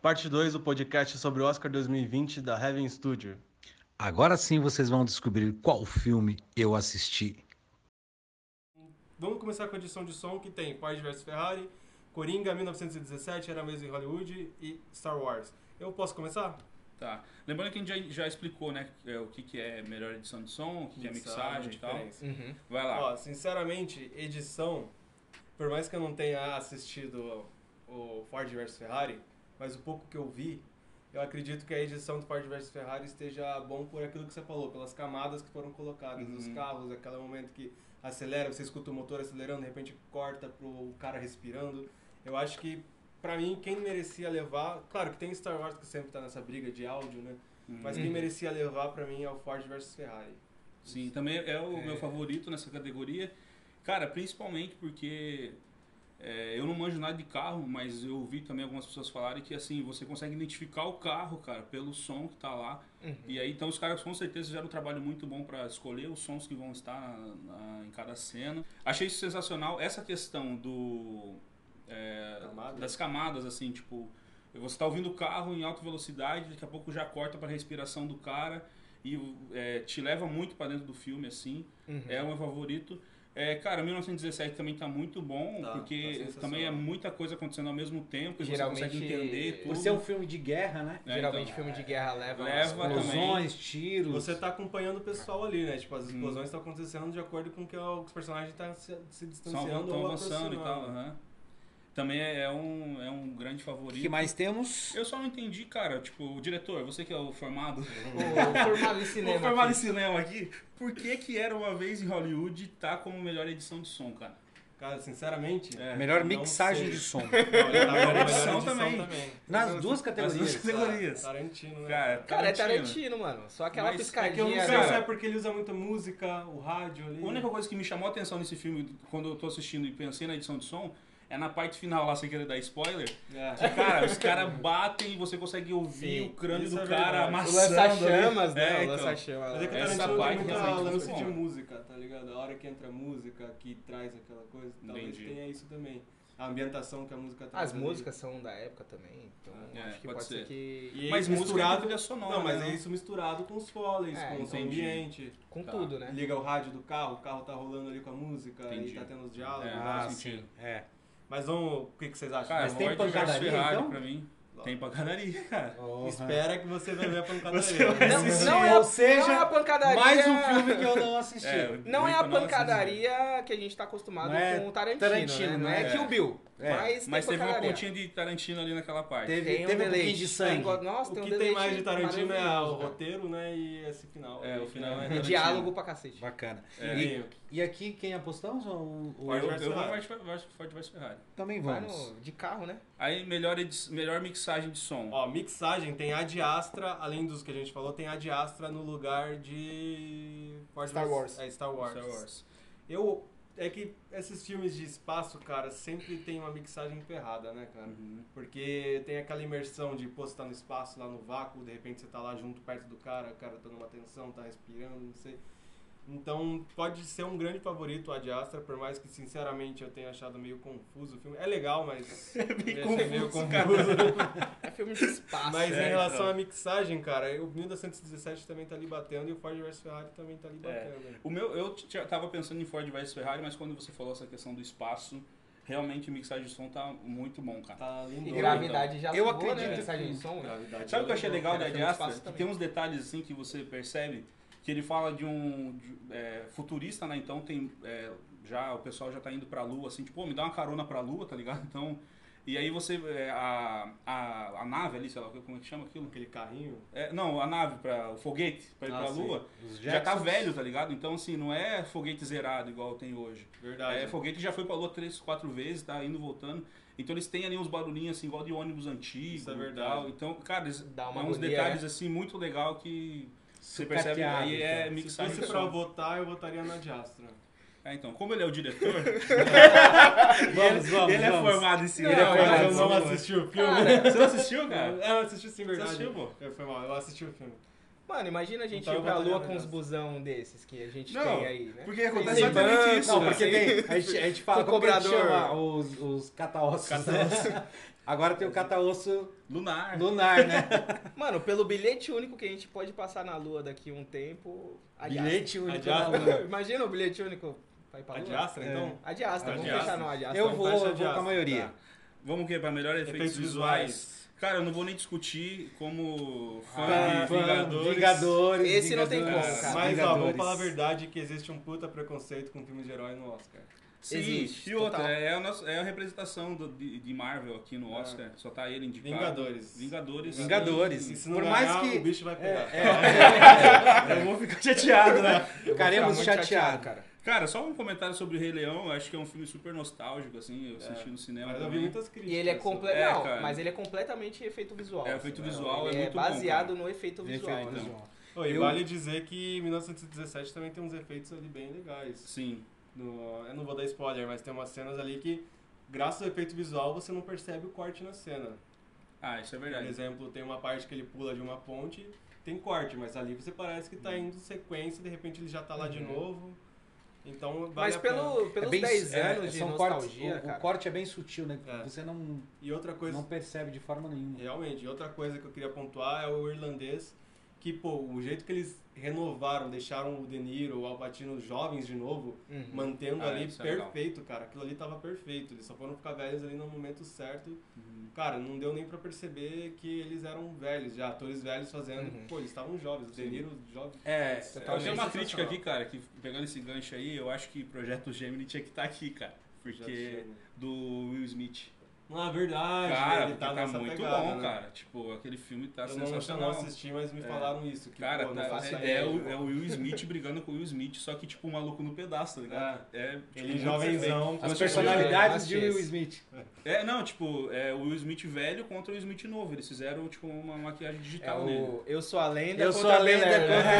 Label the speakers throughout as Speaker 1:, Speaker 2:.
Speaker 1: parte 2 do podcast sobre o Oscar 2020 da Heaven Studio.
Speaker 2: Agora sim vocês vão descobrir qual filme eu assisti.
Speaker 1: Vamos começar com a edição de som que tem Ford vs Ferrari, Coringa 1917, Era Mesmo em Hollywood e Star Wars. Eu posso começar?
Speaker 3: Tá. Lembrando que a gente já, já explicou, né, é, o que, que é melhor edição de som, o que, que é mixagem e tal.
Speaker 1: diferença.
Speaker 3: Vai lá.
Speaker 1: Ó, sinceramente, edição, por mais que eu não tenha assistido o Ford vs Ferrari, mas o pouco que eu vi, eu acredito que a edição do Ford vs Ferrari esteja bom por aquilo que você falou, pelas camadas que foram colocadas,
Speaker 3: Uhum.
Speaker 1: dos carros, aquele momento que acelera, você escuta o motor acelerando, de repente corta pro cara respirando. Eu acho que, pra mim, quem merecia levar, claro que tem Star Wars que sempre tá nessa briga de áudio, né? Mas
Speaker 3: Uhum.
Speaker 1: quem merecia levar pra mim é o Ford vs Ferrari.
Speaker 3: Sim, também é o meu favorito nessa categoria. Cara, principalmente porque é, eu não manjo nada de carro, mas eu ouvi também algumas pessoas falarem que assim, você consegue identificar o carro, cara, pelo som que tá lá. E aí, então os caras com certeza fizeram um trabalho muito bom para escolher os sons que vão estar na- na- em cada cena. Achei isso sensacional. Essa questão do. é,
Speaker 1: Camadas.
Speaker 3: das camadas, assim, tipo. Você tá ouvindo o carro em alta velocidade, daqui a pouco já corta pra respiração do cara e é, te leva muito pra dentro do filme, assim. É o meu favorito. É, cara, 1917 também tá muito bom,
Speaker 1: Tá, tá
Speaker 3: porque
Speaker 1: sensacional.
Speaker 3: também é muita coisa acontecendo ao mesmo tempo, que você consegue entender tudo.
Speaker 2: Por
Speaker 4: é
Speaker 2: ser um filme de guerra, né?
Speaker 3: É,
Speaker 4: Geralmente
Speaker 3: então.
Speaker 4: filme de guerra leva, umas
Speaker 3: Leva
Speaker 4: coisas.
Speaker 3: também.
Speaker 2: Explosões, tiros.
Speaker 1: Você tá acompanhando o pessoal ali, né?
Speaker 3: Uhum.
Speaker 1: Tipo, as explosões estão acontecendo de acordo com que os personagens estão se, se
Speaker 3: Só
Speaker 1: distanciando
Speaker 3: estão
Speaker 1: ou
Speaker 3: avançando e tal. né?
Speaker 1: aproximando.
Speaker 3: aham. Também é, é um, é um grande
Speaker 2: O
Speaker 3: favorito.
Speaker 2: que mais temos?
Speaker 3: Eu só não entendi, cara, tipo, o diretor, você que é o formado.
Speaker 4: Ô, formado em
Speaker 3: o
Speaker 4: cinema.
Speaker 3: formado em
Speaker 4: aqui.
Speaker 3: cinema aqui, por que que era uma vez em Hollywood tá como melhor edição de som, cara?
Speaker 1: Cara, sinceramente...
Speaker 3: É.
Speaker 2: Melhor
Speaker 1: não
Speaker 2: mixagem
Speaker 1: sei.
Speaker 2: de som.
Speaker 1: Não, ele tá melhor
Speaker 3: Melhor
Speaker 1: edição
Speaker 3: edição também.
Speaker 2: Nas duas categorias.
Speaker 3: duas- Categorias.
Speaker 1: Tá- Tarantino, né?
Speaker 3: Cara,
Speaker 4: Cara, é Tarantino, mano. Só aquela
Speaker 3: Mas é
Speaker 1: é que eu
Speaker 4: piscadinha.
Speaker 1: não sei
Speaker 3: Cara.
Speaker 1: se é porque ele usa muita música, o rádio ali. É.
Speaker 3: A única coisa que me chamou a atenção nesse filme, quando eu tô assistindo e pensei na edição de som, é na parte final lá, sem querer dar spoiler, que,
Speaker 1: É.
Speaker 3: cara, os caras batem e você consegue ouvir
Speaker 4: Sim,
Speaker 3: o crânio
Speaker 1: isso
Speaker 3: do
Speaker 1: é
Speaker 3: cara
Speaker 1: verdade.
Speaker 4: O
Speaker 3: amassando.
Speaker 4: lança-chamas,
Speaker 3: ali.
Speaker 4: né?
Speaker 3: É,
Speaker 4: o
Speaker 3: então.
Speaker 4: lança-chamas.
Speaker 1: Mas é que o
Speaker 3: Essa
Speaker 1: Tarantino tem
Speaker 3: parte
Speaker 1: muita
Speaker 3: realmente é muito
Speaker 1: lance de
Speaker 3: bom.
Speaker 1: música, tá ligado? A hora que entra a música, que traz aquela coisa, talvez
Speaker 3: Entendi.
Speaker 1: tenha isso também. A ambientação que a música traz
Speaker 4: As
Speaker 1: ali.
Speaker 4: músicas são da época também, então
Speaker 3: É,
Speaker 4: acho que
Speaker 3: pode
Speaker 4: pode, ser.
Speaker 3: ser.
Speaker 4: que.
Speaker 1: E
Speaker 3: Mas misturado
Speaker 1: misturado-
Speaker 3: trilha sonora,
Speaker 1: Não, mas
Speaker 3: né?
Speaker 1: é isso misturado com os foleys,
Speaker 4: É,
Speaker 1: com o som
Speaker 3: entendi.
Speaker 1: ambiente.
Speaker 4: Com
Speaker 3: Tá.
Speaker 4: tudo, né?
Speaker 1: Liga o rádio do carro, o carro tá rolando ali com a música
Speaker 3: Entendi.
Speaker 1: e tá tendo os diálogos.
Speaker 3: É,
Speaker 1: né?
Speaker 2: sim.
Speaker 3: faz sentido.
Speaker 2: É.
Speaker 1: Mas vamos, o que, que vocês acham?
Speaker 3: Cara,
Speaker 2: Mas tem
Speaker 3: Ford versus
Speaker 2: pancadaria,
Speaker 3: Ferrari
Speaker 2: então?
Speaker 3: pra mim. Tem pancadaria, cara.
Speaker 1: Espera que você vai ver a pancada
Speaker 3: Você
Speaker 1: dele, né?
Speaker 3: vai
Speaker 4: Não,
Speaker 3: assistir.
Speaker 4: não é,
Speaker 2: Ou seja,
Speaker 4: não é a pancadaria.
Speaker 2: Mais um filme que eu não assisti.
Speaker 3: É, o
Speaker 4: Não é
Speaker 3: Rico
Speaker 4: a
Speaker 3: assisti.
Speaker 4: pancadaria que a gente tá acostumado
Speaker 2: Não é
Speaker 4: com o Tarantino.
Speaker 2: Tarantino,
Speaker 4: né? Não
Speaker 2: né?
Speaker 4: é, Kill Bill.
Speaker 2: É.
Speaker 4: Mas, tem
Speaker 3: Mas teve uma
Speaker 4: pancadaria.
Speaker 3: pontinha de Tarantino ali naquela parte.
Speaker 2: Teve,
Speaker 4: Tem um
Speaker 2: teve um, pouquinho
Speaker 4: deleite.
Speaker 2: de sangue.
Speaker 4: Tem- Nossa,
Speaker 1: O
Speaker 4: tem um
Speaker 1: que tem
Speaker 4: deleite
Speaker 1: mais de Tarantino é o
Speaker 4: maravilhoso, cara.
Speaker 1: roteiro, né? E esse final.
Speaker 3: É, o final é
Speaker 1: né?
Speaker 3: Tarantino.
Speaker 4: Diálogo pra cacete.
Speaker 2: Bacana.
Speaker 3: É.
Speaker 2: E,
Speaker 1: E-
Speaker 2: e aqui quem apostamos? O, o,
Speaker 3: Eu,
Speaker 1: Ford
Speaker 3: eu
Speaker 1: versus
Speaker 3: vou
Speaker 1: Ferrari.
Speaker 3: Ford versus- Ford versus Ferrari.
Speaker 2: também
Speaker 4: Vai
Speaker 2: vamos.
Speaker 4: no, de carro, né?
Speaker 3: Aí, melhor, edi- melhor mixagem de som.
Speaker 1: Ó, mixagem tem a de Astra, além dos que a gente falou, tem a de Astra no lugar de. Ford
Speaker 4: Star
Speaker 1: vs-
Speaker 4: Wars.
Speaker 1: É, Star Wars.
Speaker 3: Star Wars.
Speaker 1: Eu. É que esses filmes de espaço, cara, sempre tem uma mixagem ferrada, né, cara?
Speaker 3: Uhum.
Speaker 1: Porque tem aquela imersão de, pô, você tá no espaço, lá no vácuo, de repente você tá lá junto, perto do cara, o cara tá numa tensão, tá respirando, não sei. Então, pode ser um grande favorito a de Astra, por mais que, sinceramente, eu tenha achado meio confuso o filme. É legal, mas... é meio
Speaker 3: confuso,
Speaker 1: confuso.
Speaker 3: cara.
Speaker 4: É filme de espaço.
Speaker 1: Mas
Speaker 3: É,
Speaker 1: em relação
Speaker 3: então.
Speaker 1: à mixagem, cara, o 1917 também tá ali batendo e o Ford vs Ferrari também tá ali
Speaker 3: É.
Speaker 1: batendo. né?
Speaker 3: O meu, eu t- já tava pensando em Ford versus Ferrari, mas quando você falou essa questão do espaço, realmente mixagem de som tá muito bom, cara.
Speaker 1: Tá lindo.
Speaker 4: E gravidade já
Speaker 2: Eu
Speaker 4: levou,
Speaker 2: acredito
Speaker 4: né? Mensagem de
Speaker 2: que-
Speaker 4: som, né?
Speaker 1: Gravidade.
Speaker 3: Sabe o que eu achei legal
Speaker 4: Era
Speaker 3: da
Speaker 4: filme de
Speaker 3: Diastra?
Speaker 4: espaço
Speaker 3: Que
Speaker 4: também.
Speaker 3: tem uns detalhes assim que você percebe que ele fala de um de- é, futurista, né? Então tem é, já o pessoal já tá indo pra lua, assim, tipo, "Pô, me dá uma carona pra lua, tá ligado? Então e aí você é, a, a, a nave ali, sei lá como é que chama aquilo.
Speaker 1: Aquele carrinho.
Speaker 3: É, não, a nave para o foguete para ir
Speaker 1: Ah,
Speaker 3: pra
Speaker 1: sim.
Speaker 3: lua
Speaker 2: Os
Speaker 3: já tá
Speaker 2: Jacksons.
Speaker 3: velho, tá ligado? Então assim não é foguete zerado igual tem hoje.
Speaker 1: Verdade.
Speaker 3: É, foguete já foi pra lua três, quatro vezes, tá indo voltando. Então eles têm ali uns barulhinhos assim, igual de ônibus antigo.
Speaker 1: Isso é
Speaker 3: e
Speaker 1: verdade.
Speaker 3: tal. Então, cara, eles,
Speaker 4: Dá uma
Speaker 3: é uns
Speaker 4: agonia,
Speaker 3: detalhes
Speaker 4: né?
Speaker 3: assim muito legal que você
Speaker 2: Sucateado,
Speaker 3: percebe. Aí é
Speaker 2: então.
Speaker 1: Se
Speaker 3: mixagem
Speaker 1: fosse
Speaker 3: de
Speaker 1: pra
Speaker 3: som.
Speaker 1: votar, eu votaria na de Astra.
Speaker 3: É, então, como ele é o diretor,
Speaker 2: Vamos, vamos,
Speaker 3: ele é
Speaker 2: vamos.
Speaker 3: formado em cinema.
Speaker 4: Ele é
Speaker 1: Não,
Speaker 4: formado
Speaker 1: eu
Speaker 2: em
Speaker 1: não
Speaker 2: cinema.
Speaker 1: assisti o filme.
Speaker 4: Cara,
Speaker 1: Ah,
Speaker 3: Você não assistiu, cara?
Speaker 1: Eu assisti sim,
Speaker 3: Você
Speaker 1: verdade.
Speaker 3: assistiu, pô?
Speaker 1: É, Foi mal, eu assisti o filme.
Speaker 4: Mano, imagina a gente
Speaker 1: tava
Speaker 4: ir pra lua
Speaker 1: batalhando
Speaker 4: com uns
Speaker 1: nessa.
Speaker 4: busão desses que a gente
Speaker 3: Não,
Speaker 4: tem aí, né?
Speaker 5: Porque acontece
Speaker 4: Sim,
Speaker 5: exatamente
Speaker 4: banco,
Speaker 5: isso.
Speaker 4: não,
Speaker 5: né?
Speaker 4: porque tem-
Speaker 5: a gente, a gente fala
Speaker 4: Com
Speaker 5: como que a gente
Speaker 4: cobrador.
Speaker 5: chama os, os cataossos. Né? Agora tem o cataosso
Speaker 3: Lunar.
Speaker 5: lunar, né?
Speaker 4: Mano, pelo bilhete único que a gente pode passar na lua daqui um tempo. adiastra.
Speaker 5: Bilhete único da
Speaker 1: Adiastra.
Speaker 5: lua.
Speaker 4: Imagina o bilhete único. Vai pra
Speaker 1: A
Speaker 4: lua.
Speaker 1: de Astra, então?
Speaker 4: Adiastra, vamos
Speaker 3: Adiastra.
Speaker 4: fechar no adiastra.
Speaker 5: Eu vou,
Speaker 1: taxa
Speaker 5: eu vou com
Speaker 1: adiastra,
Speaker 5: a maioria.
Speaker 3: Vamos o quê? Pra melhor efeitos,
Speaker 1: Efeitos
Speaker 3: visuais.
Speaker 1: visuais.
Speaker 3: Cara, eu não vou nem discutir como fã
Speaker 5: Ah,
Speaker 3: de
Speaker 5: fã,
Speaker 3: Vingadores.
Speaker 5: Vingadores.
Speaker 4: Esse não tem
Speaker 5: Vingadores.
Speaker 4: como, cara.
Speaker 1: Mas ó, vamos
Speaker 5: Vingadores.
Speaker 1: falar a verdade que existe um puta preconceito com filmes de herói no Oscar.
Speaker 3: Sim,
Speaker 4: Existe,
Speaker 3: e outra,
Speaker 4: total.
Speaker 3: é a, nossa- é a representação do- de, de Marvel aqui no Oscar. Só tá ele indicado.
Speaker 1: Ah. Vingadores.
Speaker 3: Vingadores.
Speaker 5: Vingadores.
Speaker 1: E se não
Speaker 5: Por mais
Speaker 1: ganhar,
Speaker 5: que-
Speaker 1: o bicho vai pegar.
Speaker 5: É, Eu vou ficar chateado, né?
Speaker 4: Eu vou ficar
Speaker 5: é. Ficaremos
Speaker 4: muito
Speaker 5: chateados.
Speaker 4: cara.
Speaker 3: Cara, só um comentário sobre o Rei Leão. Eu acho que é um filme super nostálgico, assim. Eu assisti no
Speaker 1: É.
Speaker 3: cinema.
Speaker 1: Mas eu vi
Speaker 3: também.
Speaker 1: muitas críticas.
Speaker 4: E ele é
Speaker 1: sobre-
Speaker 4: completo.
Speaker 3: É,
Speaker 4: não,
Speaker 3: cara.
Speaker 4: mas ele é completamente efeito visual.
Speaker 3: É, efeito
Speaker 4: assim, né?
Speaker 3: visual é
Speaker 4: Ele
Speaker 3: muito bom,
Speaker 4: baseado
Speaker 3: cara.
Speaker 4: no efeito visual.
Speaker 3: Efeito
Speaker 4: né?
Speaker 3: visual.
Speaker 1: Pô, e
Speaker 5: Eu-
Speaker 1: vale dizer que 1917 também tem uns efeitos ali bem legais.
Speaker 3: Sim.
Speaker 1: No- eu não vou dar spoiler, mas tem umas cenas ali que, graças ao efeito visual, você não percebe o corte na cena.
Speaker 3: Ah, isso é
Speaker 1: Por
Speaker 3: verdade.
Speaker 1: exemplo, tem uma parte que ele pula de uma ponte, tem corte, mas ali você parece que
Speaker 4: Hum.
Speaker 1: tá indo sequência, de repente ele já tá lá de novo. Então, vale
Speaker 4: Uhum. Mas
Speaker 1: a pena.
Speaker 4: pelo, pelos
Speaker 5: bem-
Speaker 4: 10
Speaker 5: é,
Speaker 4: anos de
Speaker 5: são
Speaker 4: nostalgia,
Speaker 5: cortes, o-
Speaker 4: cara.
Speaker 5: O corte é bem sutil, né?
Speaker 1: É.
Speaker 5: Você não,
Speaker 1: E outra coisa,
Speaker 5: não percebe de forma nenhuma.
Speaker 1: realmente, e outra coisa que eu queria pontuar é o irlandês, que, pô, o jeito que eles renovaram, deixaram o De Niro, o Alpatino jovens de novo,
Speaker 4: Uhum.
Speaker 1: mantendo
Speaker 3: Ah,
Speaker 1: ali
Speaker 3: isso é legal.
Speaker 1: perfeito, cara. Aquilo ali tava perfeito. Eles só foram ficar velhos ali no momento certo.
Speaker 5: Uhum.
Speaker 1: Cara, não deu nem pra perceber que eles eram velhos, já atores velhos fazendo.
Speaker 4: Uhum.
Speaker 1: Pô, eles estavam jovens, o De Niro jovem. tá
Speaker 3: É, eu
Speaker 4: Totalmente
Speaker 3: tenho uma
Speaker 4: sensacional.
Speaker 3: crítica aqui, cara, que pegando esse gancho aí, eu acho que Projeto Gemini tinha que estar aqui, cara.
Speaker 1: já
Speaker 3: Porque é
Speaker 1: tinha. né?
Speaker 3: do Will Smith.
Speaker 1: Ah, verdade,
Speaker 3: Cara,
Speaker 1: ele
Speaker 3: porque
Speaker 1: tá,
Speaker 3: tá,
Speaker 1: nessa
Speaker 3: muito
Speaker 1: pegada,
Speaker 3: bom,
Speaker 1: né?
Speaker 3: cara. Tipo, aquele filme tá
Speaker 1: Eu não, eu não
Speaker 3: sensacional.
Speaker 1: assisti, mas me
Speaker 3: É.
Speaker 1: falaram isso. Que,
Speaker 3: Cara,
Speaker 1: pô,
Speaker 3: tá-
Speaker 1: não faço
Speaker 3: é,
Speaker 1: ideia,
Speaker 3: é o,
Speaker 1: pô.
Speaker 3: é o Will Smith brigando com o Will Smith, só que tipo um maluco no pedaço, tá ligado? É, tipo,
Speaker 1: Ah, Ele
Speaker 3: muito
Speaker 1: jovenzão.
Speaker 5: As
Speaker 1: com-
Speaker 5: personalidades
Speaker 4: eu
Speaker 5: de
Speaker 4: acho
Speaker 5: Will
Speaker 4: esse.
Speaker 5: Smith.
Speaker 3: perfeito. É, não, tipo, é o Will Smith velho contra o Will Smith novo. Eles fizeram tipo uma maquiagem
Speaker 4: É
Speaker 3: digital nele.
Speaker 4: o Eu Sou a Lenda
Speaker 5: Eu
Speaker 4: contra
Speaker 5: sou a lenda
Speaker 4: Bel-Air, né?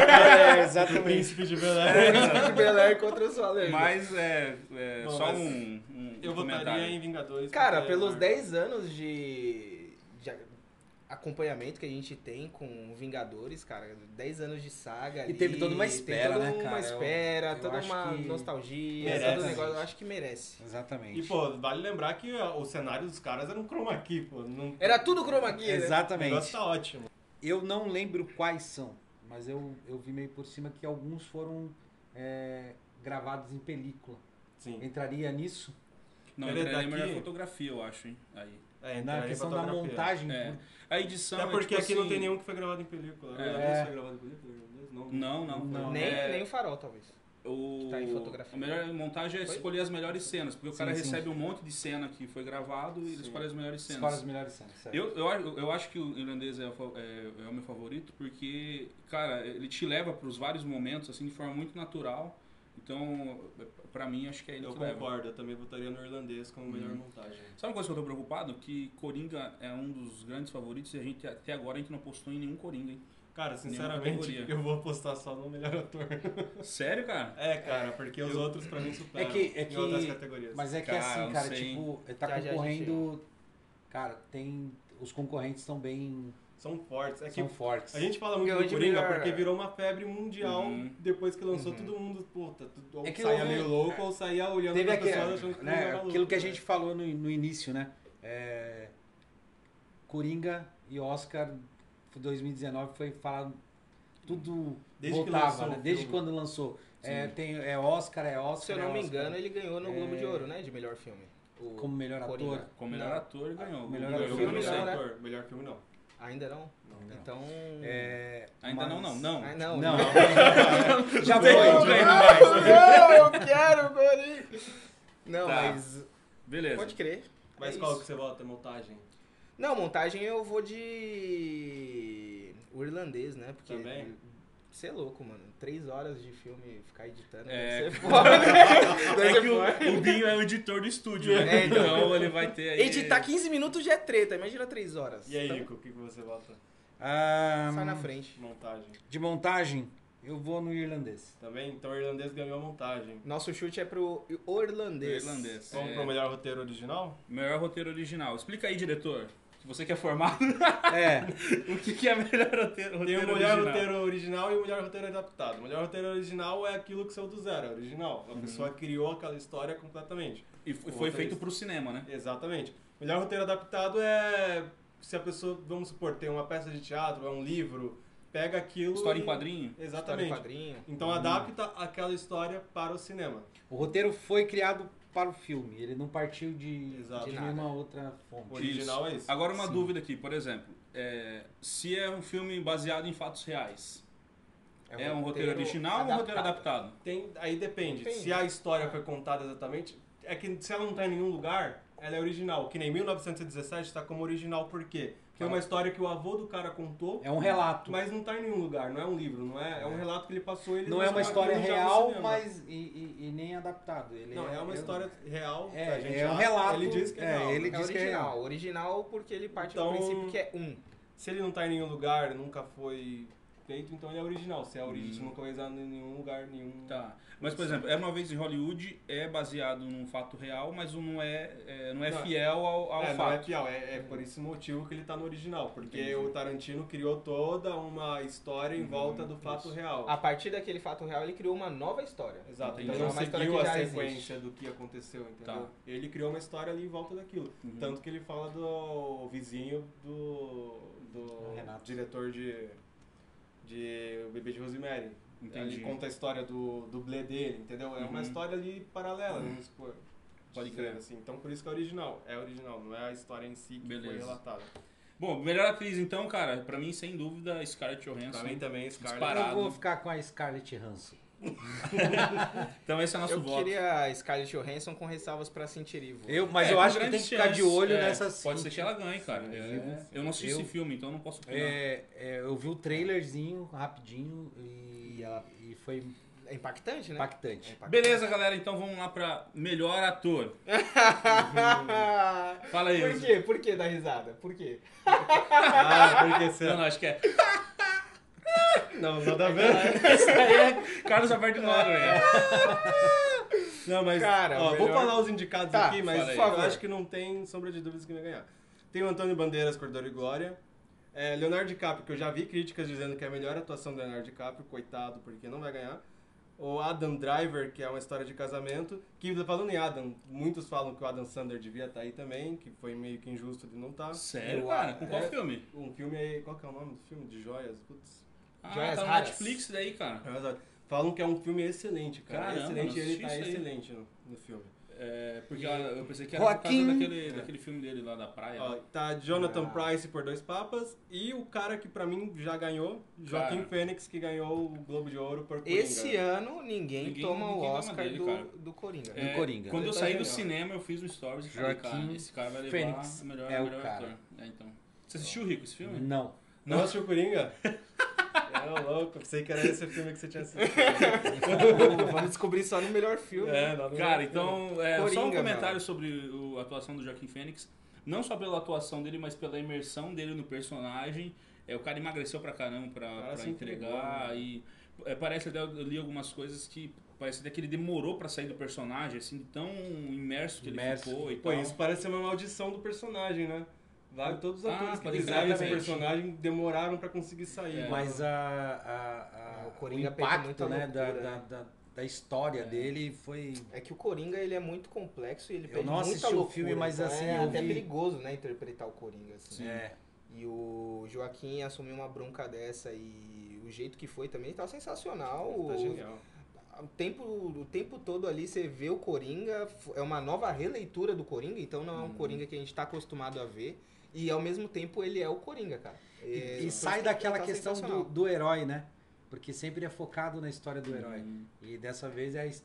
Speaker 5: contra... é,
Speaker 1: O
Speaker 5: exatamente. É.
Speaker 1: príncipe de Belém.
Speaker 4: Príncipe Bel-Air é contra Eu Sou a Lenda.
Speaker 3: Mas é, é,
Speaker 1: Bom,
Speaker 3: só
Speaker 1: mas
Speaker 3: um, um
Speaker 1: Eu
Speaker 3: comentário.
Speaker 1: votaria em Vingadores.
Speaker 4: Cara,
Speaker 1: porque é
Speaker 4: pelos
Speaker 1: Marvel.
Speaker 4: 10 anos de, de a- acompanhamento que a gente tem com Vingadores, cara, 10 anos de saga.
Speaker 5: E teve
Speaker 4: ali,
Speaker 5: toda uma
Speaker 4: tem
Speaker 5: espera,
Speaker 4: toda
Speaker 5: né,
Speaker 4: uma
Speaker 5: cara? Eu-
Speaker 4: espera,
Speaker 5: eu
Speaker 4: toda
Speaker 5: acho
Speaker 4: uma
Speaker 5: que
Speaker 4: nostalgia, todo
Speaker 1: merece.
Speaker 4: um negócio, eu acho que merece.
Speaker 5: Exatamente.
Speaker 1: E, pô, vale lembrar que ó, o cenário dos caras era um chroma key, pô. Não...
Speaker 4: Era tudo chroma key, né?
Speaker 1: O negócio
Speaker 5: Exatamente.
Speaker 1: tá ótimo.
Speaker 5: Eu não lembro quais são, mas eu, eu vi meio por cima que alguns foram é, gravados em película.
Speaker 1: Sim.
Speaker 5: Entraria nisso?
Speaker 3: Não,
Speaker 1: Ele é
Speaker 3: ele é
Speaker 1: daqui?
Speaker 3: melhor fotografia, eu acho, hein? Aí.
Speaker 1: É,
Speaker 5: Na
Speaker 1: entraria
Speaker 5: questão da
Speaker 1: fotografia.
Speaker 5: montagem.
Speaker 3: É.
Speaker 5: por-
Speaker 3: A edição.
Speaker 1: Uhum. Até
Speaker 3: é,
Speaker 1: porque
Speaker 3: tipo,
Speaker 1: aqui
Speaker 3: assim,
Speaker 1: não tem nenhum que foi gravado em película. né?
Speaker 3: É.
Speaker 1: Irlandês foi gravado em película? Irlandês? Não.
Speaker 3: Não, não.
Speaker 5: Não.
Speaker 4: Nem,
Speaker 3: É,
Speaker 4: nem o farol, talvez.
Speaker 3: O...
Speaker 4: Que tá em fotografia.
Speaker 3: A melhor montagem é
Speaker 4: Foi?
Speaker 3: escolher as melhores cenas, porque o
Speaker 5: Sim,
Speaker 3: cara
Speaker 5: sim.
Speaker 3: recebe um monte de cena que foi gravado e ele
Speaker 1: Sim.
Speaker 3: escolhe as melhores cenas.
Speaker 5: Escolhe as melhores cenas. certo.
Speaker 3: Eu, eu, acho- eu acho que o irlandês é, o fa- é- é o meu favorito porque, cara, ele te leva para os vários momentos assim de forma muito natural. Então, para mim, acho que é ele
Speaker 1: Eu
Speaker 3: que leva.
Speaker 1: concordo, eu também votaria no irlandês como melhor montagem.
Speaker 3: Sabe uma coisa que eu tô preocupado? Que Coringa é um dos grandes favoritos e a gente até agora a gente não postou em nenhum Coringa, hein?
Speaker 1: Cara, sinceramente,
Speaker 3: categoria.
Speaker 1: eu vou apostar só no melhor ator.
Speaker 3: Sério, cara?
Speaker 1: É, cara, porque os outros pra mim
Speaker 5: É
Speaker 1: superam
Speaker 5: que, é
Speaker 1: em outras
Speaker 5: que
Speaker 1: categorias.
Speaker 5: Mas é que
Speaker 3: Cara,
Speaker 5: assim,
Speaker 3: não
Speaker 5: cara,
Speaker 3: sei,
Speaker 5: tipo,
Speaker 4: Já,
Speaker 5: tá
Speaker 4: já a gente
Speaker 5: concorrendo. Cara, tem. Os concorrentes estão bem.
Speaker 1: São fortes. É que
Speaker 5: são fortes.
Speaker 1: a gente fala muito
Speaker 4: Ganhou
Speaker 1: do
Speaker 4: de
Speaker 1: Coringa
Speaker 4: melhor.
Speaker 1: porque virou uma febre mundial
Speaker 3: Uhum.
Speaker 1: depois que lançou todo mundo, puta, tu- ou
Speaker 5: É que
Speaker 1: saía
Speaker 5: houve-
Speaker 1: meio louco ou saía olhando
Speaker 5: Teve
Speaker 1: pra
Speaker 5: aquele,
Speaker 1: pessoa achando que
Speaker 5: né,
Speaker 1: era maluco,
Speaker 5: aquilo que a
Speaker 1: né?
Speaker 5: gente falou no, no início, né? É, Coringa e Oscar 2019 foi falado. Tudo
Speaker 1: Desde que
Speaker 5: voltava,
Speaker 1: lançou o
Speaker 5: né?
Speaker 1: filme.
Speaker 5: Desde quando lançou. É, tem, é Oscar, é Oscar.
Speaker 4: Se eu
Speaker 5: é
Speaker 4: não me
Speaker 5: Oscar.
Speaker 4: engano, ele ganhou no Globo de Ouro, né? De melhor filme. O
Speaker 5: Como melhor
Speaker 4: Coringa.
Speaker 5: ator.
Speaker 3: Como melhor
Speaker 4: Não.
Speaker 3: ator ganhou.
Speaker 5: Melhor
Speaker 1: Melhor
Speaker 3: Ganhou,
Speaker 1: filme
Speaker 3: não
Speaker 1: não,
Speaker 3: sei.
Speaker 4: né?
Speaker 1: ator. Melhor filme não.
Speaker 4: Ainda não? Então.
Speaker 5: É,
Speaker 3: Ainda não, não,
Speaker 5: mas-
Speaker 3: não.
Speaker 4: Ah,
Speaker 5: Não,
Speaker 4: não.
Speaker 5: já
Speaker 3: Tem
Speaker 5: foi.
Speaker 3: um
Speaker 5: já-
Speaker 3: ganho mais.
Speaker 4: Não, eu quero, Coringa! Não,
Speaker 3: Tá.
Speaker 4: mas.
Speaker 3: Beleza.
Speaker 4: Pode crer.
Speaker 1: Mas
Speaker 4: É
Speaker 1: qual
Speaker 4: isso.
Speaker 1: que você vota? Montagem?
Speaker 4: Não, montagem eu vou de. O irlandês, né? Porque.
Speaker 1: Também?
Speaker 4: Você é louco, mano. Três horas de filme ficar editando.
Speaker 3: É.
Speaker 4: Deve ser foda. né? Deve
Speaker 3: É
Speaker 4: ser
Speaker 3: que o,
Speaker 4: foda.
Speaker 3: o Binho é o editor do estúdio, né?
Speaker 4: É, então.
Speaker 3: então ele vai ter aí.
Speaker 4: Editar 15 minutos já é treta, imagina três horas.
Speaker 1: E aí,
Speaker 4: Então,
Speaker 1: Ico, o que que você vota?
Speaker 5: Ah,
Speaker 4: Sai na
Speaker 3: Hum.
Speaker 4: frente.
Speaker 1: Montagem.
Speaker 5: de montagem, eu vou no irlandês.
Speaker 1: Também? Então o irlandês ganhou a montagem.
Speaker 4: Nosso chute é pro o irlandês.
Speaker 3: irlandês.
Speaker 1: Vamos
Speaker 3: É,
Speaker 1: pro melhor roteiro original?
Speaker 3: Melhor roteiro original. Explica aí, diretor. que você que é formado,
Speaker 5: É,
Speaker 3: o que, que é melhor roteiro,
Speaker 1: Tem o
Speaker 3: roteiro
Speaker 1: melhor
Speaker 3: original?
Speaker 1: roteiro original e o melhor roteiro adaptado. O melhor roteiro original é aquilo que saiu do zero, é original.
Speaker 5: Uhum.
Speaker 1: A pessoa criou aquela história completamente.
Speaker 3: E foi,
Speaker 1: O
Speaker 3: foi
Speaker 1: roteiro-
Speaker 3: feito pro cinema, né?
Speaker 1: Exatamente. O melhor roteiro adaptado é se a pessoa, vamos supor, tem uma peça de teatro, é um livro, pega aquilo.
Speaker 3: História
Speaker 1: e-
Speaker 3: em quadrinho.
Speaker 4: História em
Speaker 1: Exatamente.
Speaker 4: quadrinho.
Speaker 1: Então adapta aquela história para o cinema.
Speaker 5: o roteiro foi criado para o filme, ele não partiu de,
Speaker 1: Exato.
Speaker 5: de
Speaker 4: De nada.
Speaker 5: nenhuma outra
Speaker 1: O
Speaker 5: fonte.
Speaker 1: original é isso.
Speaker 3: Agora uma
Speaker 5: Sim.
Speaker 3: dúvida aqui, por exemplo, é, se é um filme baseado em fatos reais, é, um roteiro, original ou um roteiro adaptado?
Speaker 1: Tem, aí depende.
Speaker 4: Depende.
Speaker 1: Se a história foi contada exatamente. É que se ela não tá em nenhum lugar, ela é original. Que nem 1917 tá como original, por quê? Porque é uma história que o avô do cara contou,
Speaker 5: É um relato.
Speaker 1: mas não tá em nenhum lugar, não é um livro, não é? É um relato que ele passou e ele
Speaker 5: não é uma
Speaker 1: transformou
Speaker 5: história
Speaker 1: aquilo já no
Speaker 5: real,
Speaker 1: cinema.
Speaker 5: mas e, e- e nem adaptado. Ele
Speaker 1: Não, é uma
Speaker 5: eu-
Speaker 1: história real.
Speaker 5: É,
Speaker 1: da gente
Speaker 5: é um
Speaker 1: lá.
Speaker 5: relato,
Speaker 1: Ele diz que é,
Speaker 5: é,
Speaker 1: real.
Speaker 5: ele-
Speaker 4: É
Speaker 5: diz que é
Speaker 4: original. Original porque ele parte
Speaker 1: Então-
Speaker 4: do princípio que é um.
Speaker 1: Se ele não tá em nenhum lugar, nunca foi feito, então ele é original. Se é original, nunca foi usado em nenhum lugar, nenhum.
Speaker 3: Tá. Mas, por exemplo, é uma vez em Hollywood, é baseado num fato real, mas não é, é, não é
Speaker 1: Não.
Speaker 3: fiel ao, ao
Speaker 1: é, não é
Speaker 3: fato.
Speaker 1: fiel, é, é por esse motivo que ele tá no original, porque o Tarantino criou toda uma história em volta do fato real.
Speaker 4: A partir daquele fato real, ele criou uma nova história.
Speaker 1: Exato,
Speaker 4: Entendi.
Speaker 1: então não
Speaker 4: É uma história
Speaker 1: seguiu
Speaker 4: que
Speaker 1: a
Speaker 4: já existe.
Speaker 1: sequência do que aconteceu, entendeu?
Speaker 3: Tá.
Speaker 1: Ele criou uma história ali em volta daquilo. Tanto que ele fala do vizinho do, do
Speaker 5: Renato.
Speaker 1: diretor de, de O Bebê de Rosemary.
Speaker 3: Uhum, Entendi.
Speaker 1: Ele conta a história do dublê dele, entendeu? É uma
Speaker 3: Uhum.
Speaker 1: história ali paralela, vamos supor.
Speaker 3: Pode
Speaker 1: dizer
Speaker 3: crer.
Speaker 1: Assim. Então por isso que é original. É original, não é a história em si que foi
Speaker 3: Beleza.
Speaker 1: relatada.
Speaker 3: Bom, melhor atriz então, cara, pra mim, sem dúvida, Scarlett Johansson.
Speaker 1: Pra mim também, Scarlett.
Speaker 3: Então, Disparado.
Speaker 5: Eu vou ficar com a Scarlett Hanson.
Speaker 1: tá.
Speaker 3: Então esse é nosso
Speaker 4: Eu
Speaker 3: voto.
Speaker 4: queria a Scarlett Johansson com ressalvas pra Sintirivo.
Speaker 5: Eu, mas
Speaker 3: É,
Speaker 5: eu
Speaker 3: com
Speaker 5: acho que tem
Speaker 3: grandes
Speaker 5: que ficar de
Speaker 3: chances,
Speaker 5: olho
Speaker 3: é,
Speaker 5: nessa
Speaker 3: Pode ser
Speaker 5: Cintia.
Speaker 3: que ela ganhe, cara.
Speaker 5: Sim,
Speaker 3: É,
Speaker 5: eu-
Speaker 3: Eu não assisti
Speaker 5: eu-
Speaker 3: esse filme, então eu não posso opinar.
Speaker 5: É, é, eu vi o trailerzinho rapidinho e, e foi
Speaker 4: É impactante, né? É
Speaker 5: impactante.
Speaker 4: impactante.
Speaker 3: Beleza, galera, então vamos lá pra melhor ator. Fala aí.
Speaker 4: Por
Speaker 3: Enzo.
Speaker 4: quê? Por que dar risada? Por quê?
Speaker 1: Ah, porque
Speaker 3: Não,
Speaker 1: você...
Speaker 3: não, acho que é.
Speaker 1: Não, nada a ver.
Speaker 3: Isso aí é Carlos Alberto Noro, né?
Speaker 1: Não, mas.
Speaker 4: Cara,
Speaker 1: ó,
Speaker 4: o
Speaker 1: vou
Speaker 4: melhor-
Speaker 1: falar os indicados
Speaker 4: Tá,
Speaker 1: aqui, mas
Speaker 3: fala aí.
Speaker 1: eu
Speaker 4: Por favor.
Speaker 1: acho que não tem sombra de dúvidas que vai ganhar. Tem o Antônio Bandeiras, Cordor e Glória. É, Leonardo DiCaprio, que eu já vi críticas dizendo que é a melhor atuação do Leonardo DiCaprio, coitado, porque não vai ganhar. O Adam Driver, que é uma história de casamento. Que, falando em Adam, muitos falam que o Adam Sandler devia estar aí também, que foi meio que injusto de não estar.
Speaker 3: Sério,
Speaker 4: Eu
Speaker 3: cara?
Speaker 4: acho-
Speaker 3: Com qual
Speaker 4: é.
Speaker 3: filme?
Speaker 1: Um filme aí, qual que é o nome do filme? De joias? Putz.
Speaker 3: Ah,
Speaker 4: Joias
Speaker 3: tá no
Speaker 4: Raras.
Speaker 3: Netflix daí, cara.
Speaker 1: Mas, ó, Falam que é um filme excelente, cara.
Speaker 3: Caramba,
Speaker 1: excelente,
Speaker 3: não
Speaker 1: ele
Speaker 3: assisti
Speaker 1: tá
Speaker 3: isso aí.
Speaker 1: excelente no, no filme.
Speaker 3: É, porque eu- eu pensei que era por causa
Speaker 5: Joaquim.
Speaker 3: daquele, daquele filme dele lá da praia.
Speaker 1: Ó, tá Jonathan
Speaker 4: Ah.
Speaker 1: Price por dois papas e o cara que pra mim já ganhou, Joaquim
Speaker 3: Cara.
Speaker 1: Fênix, que ganhou o Globo de Ouro por Coringa.
Speaker 4: Esse ano ninguém,
Speaker 3: né? Ninguém-
Speaker 4: toma
Speaker 3: ninguém
Speaker 4: o
Speaker 3: toma
Speaker 4: Oscar
Speaker 3: dele,
Speaker 4: do,
Speaker 3: cara.
Speaker 4: do Coringa.
Speaker 3: É,
Speaker 5: do Coringa.
Speaker 3: Quando eu
Speaker 1: Tá
Speaker 3: saí do
Speaker 1: genial.
Speaker 3: cinema, eu fiz um stories e falei,
Speaker 5: Joaquim
Speaker 3: cara, esse cara vai levar
Speaker 5: Fênix
Speaker 3: o melhor,
Speaker 5: é o
Speaker 3: melhor
Speaker 5: cara.
Speaker 3: ator. É, então. Você assistiu, Rico, esse filme?
Speaker 5: Não.
Speaker 1: Não assistiu Coringa? é louco, pensei que era esse filme que você tinha assistido.
Speaker 3: Então.
Speaker 4: Vamos descobrir só no melhor filme.
Speaker 1: É, não, não
Speaker 3: Cara,
Speaker 1: é.
Speaker 3: então, é, só um
Speaker 4: Coringa,
Speaker 3: comentário
Speaker 4: mano.
Speaker 3: sobre o- a atuação do Joaquim Fênix. Não só pela atuação dele, mas pela imersão dele no personagem. É, o cara emagreceu pra caramba pra,
Speaker 1: O cara
Speaker 3: pra
Speaker 1: se entregou,
Speaker 3: entregar.
Speaker 1: né?
Speaker 3: E é, parece até, eu li algumas coisas que parece até que ele demorou pra sair do personagem, assim, de tão imerso que
Speaker 5: Imerso.
Speaker 3: ele ficou e
Speaker 1: Pô,
Speaker 3: tal.
Speaker 1: isso parece ser uma maldição do personagem, né? Vale todos os
Speaker 3: Ah,
Speaker 1: atores que
Speaker 3: pode
Speaker 1: fizeram esse
Speaker 3: exatamente. É.
Speaker 1: personagem demoraram pra conseguir sair.
Speaker 5: Mas a, a- a-
Speaker 4: É, o
Speaker 5: o,
Speaker 4: Coringa peca
Speaker 5: impacto
Speaker 4: muita
Speaker 5: né, da,
Speaker 4: loucura,
Speaker 5: da,
Speaker 4: né?
Speaker 5: da- da história dele foi.
Speaker 4: É que o Coringa ele é muito complexo e ele
Speaker 5: Eu
Speaker 4: pede
Speaker 5: não
Speaker 4: muita
Speaker 5: assisti o
Speaker 4: loucura,
Speaker 5: filme, mas,
Speaker 4: então
Speaker 5: assim,
Speaker 4: é
Speaker 5: eu
Speaker 4: até
Speaker 5: vi-
Speaker 4: perigoso, né, interpretar o Coringa assim.
Speaker 5: É,
Speaker 4: E o Joaquim assumiu uma bronca dessa e o jeito que foi também tá sensacional.
Speaker 1: Tá genial.
Speaker 4: O tempo, o tempo todo ali você vê o Coringa, f- é uma nova releitura do Coringa, então não é
Speaker 5: Uhum.
Speaker 4: um Coringa que a gente tá acostumado a ver. E ao mesmo tempo ele é o Coringa, cara.
Speaker 5: e,
Speaker 4: É,
Speaker 5: e
Speaker 4: por
Speaker 5: sai
Speaker 4: isso que
Speaker 5: daquela
Speaker 4: tá
Speaker 5: questão do,
Speaker 4: sensacional.
Speaker 5: do herói, né? Porque sempre é focado na história do herói.
Speaker 3: Hum,
Speaker 5: E dessa vez é a his-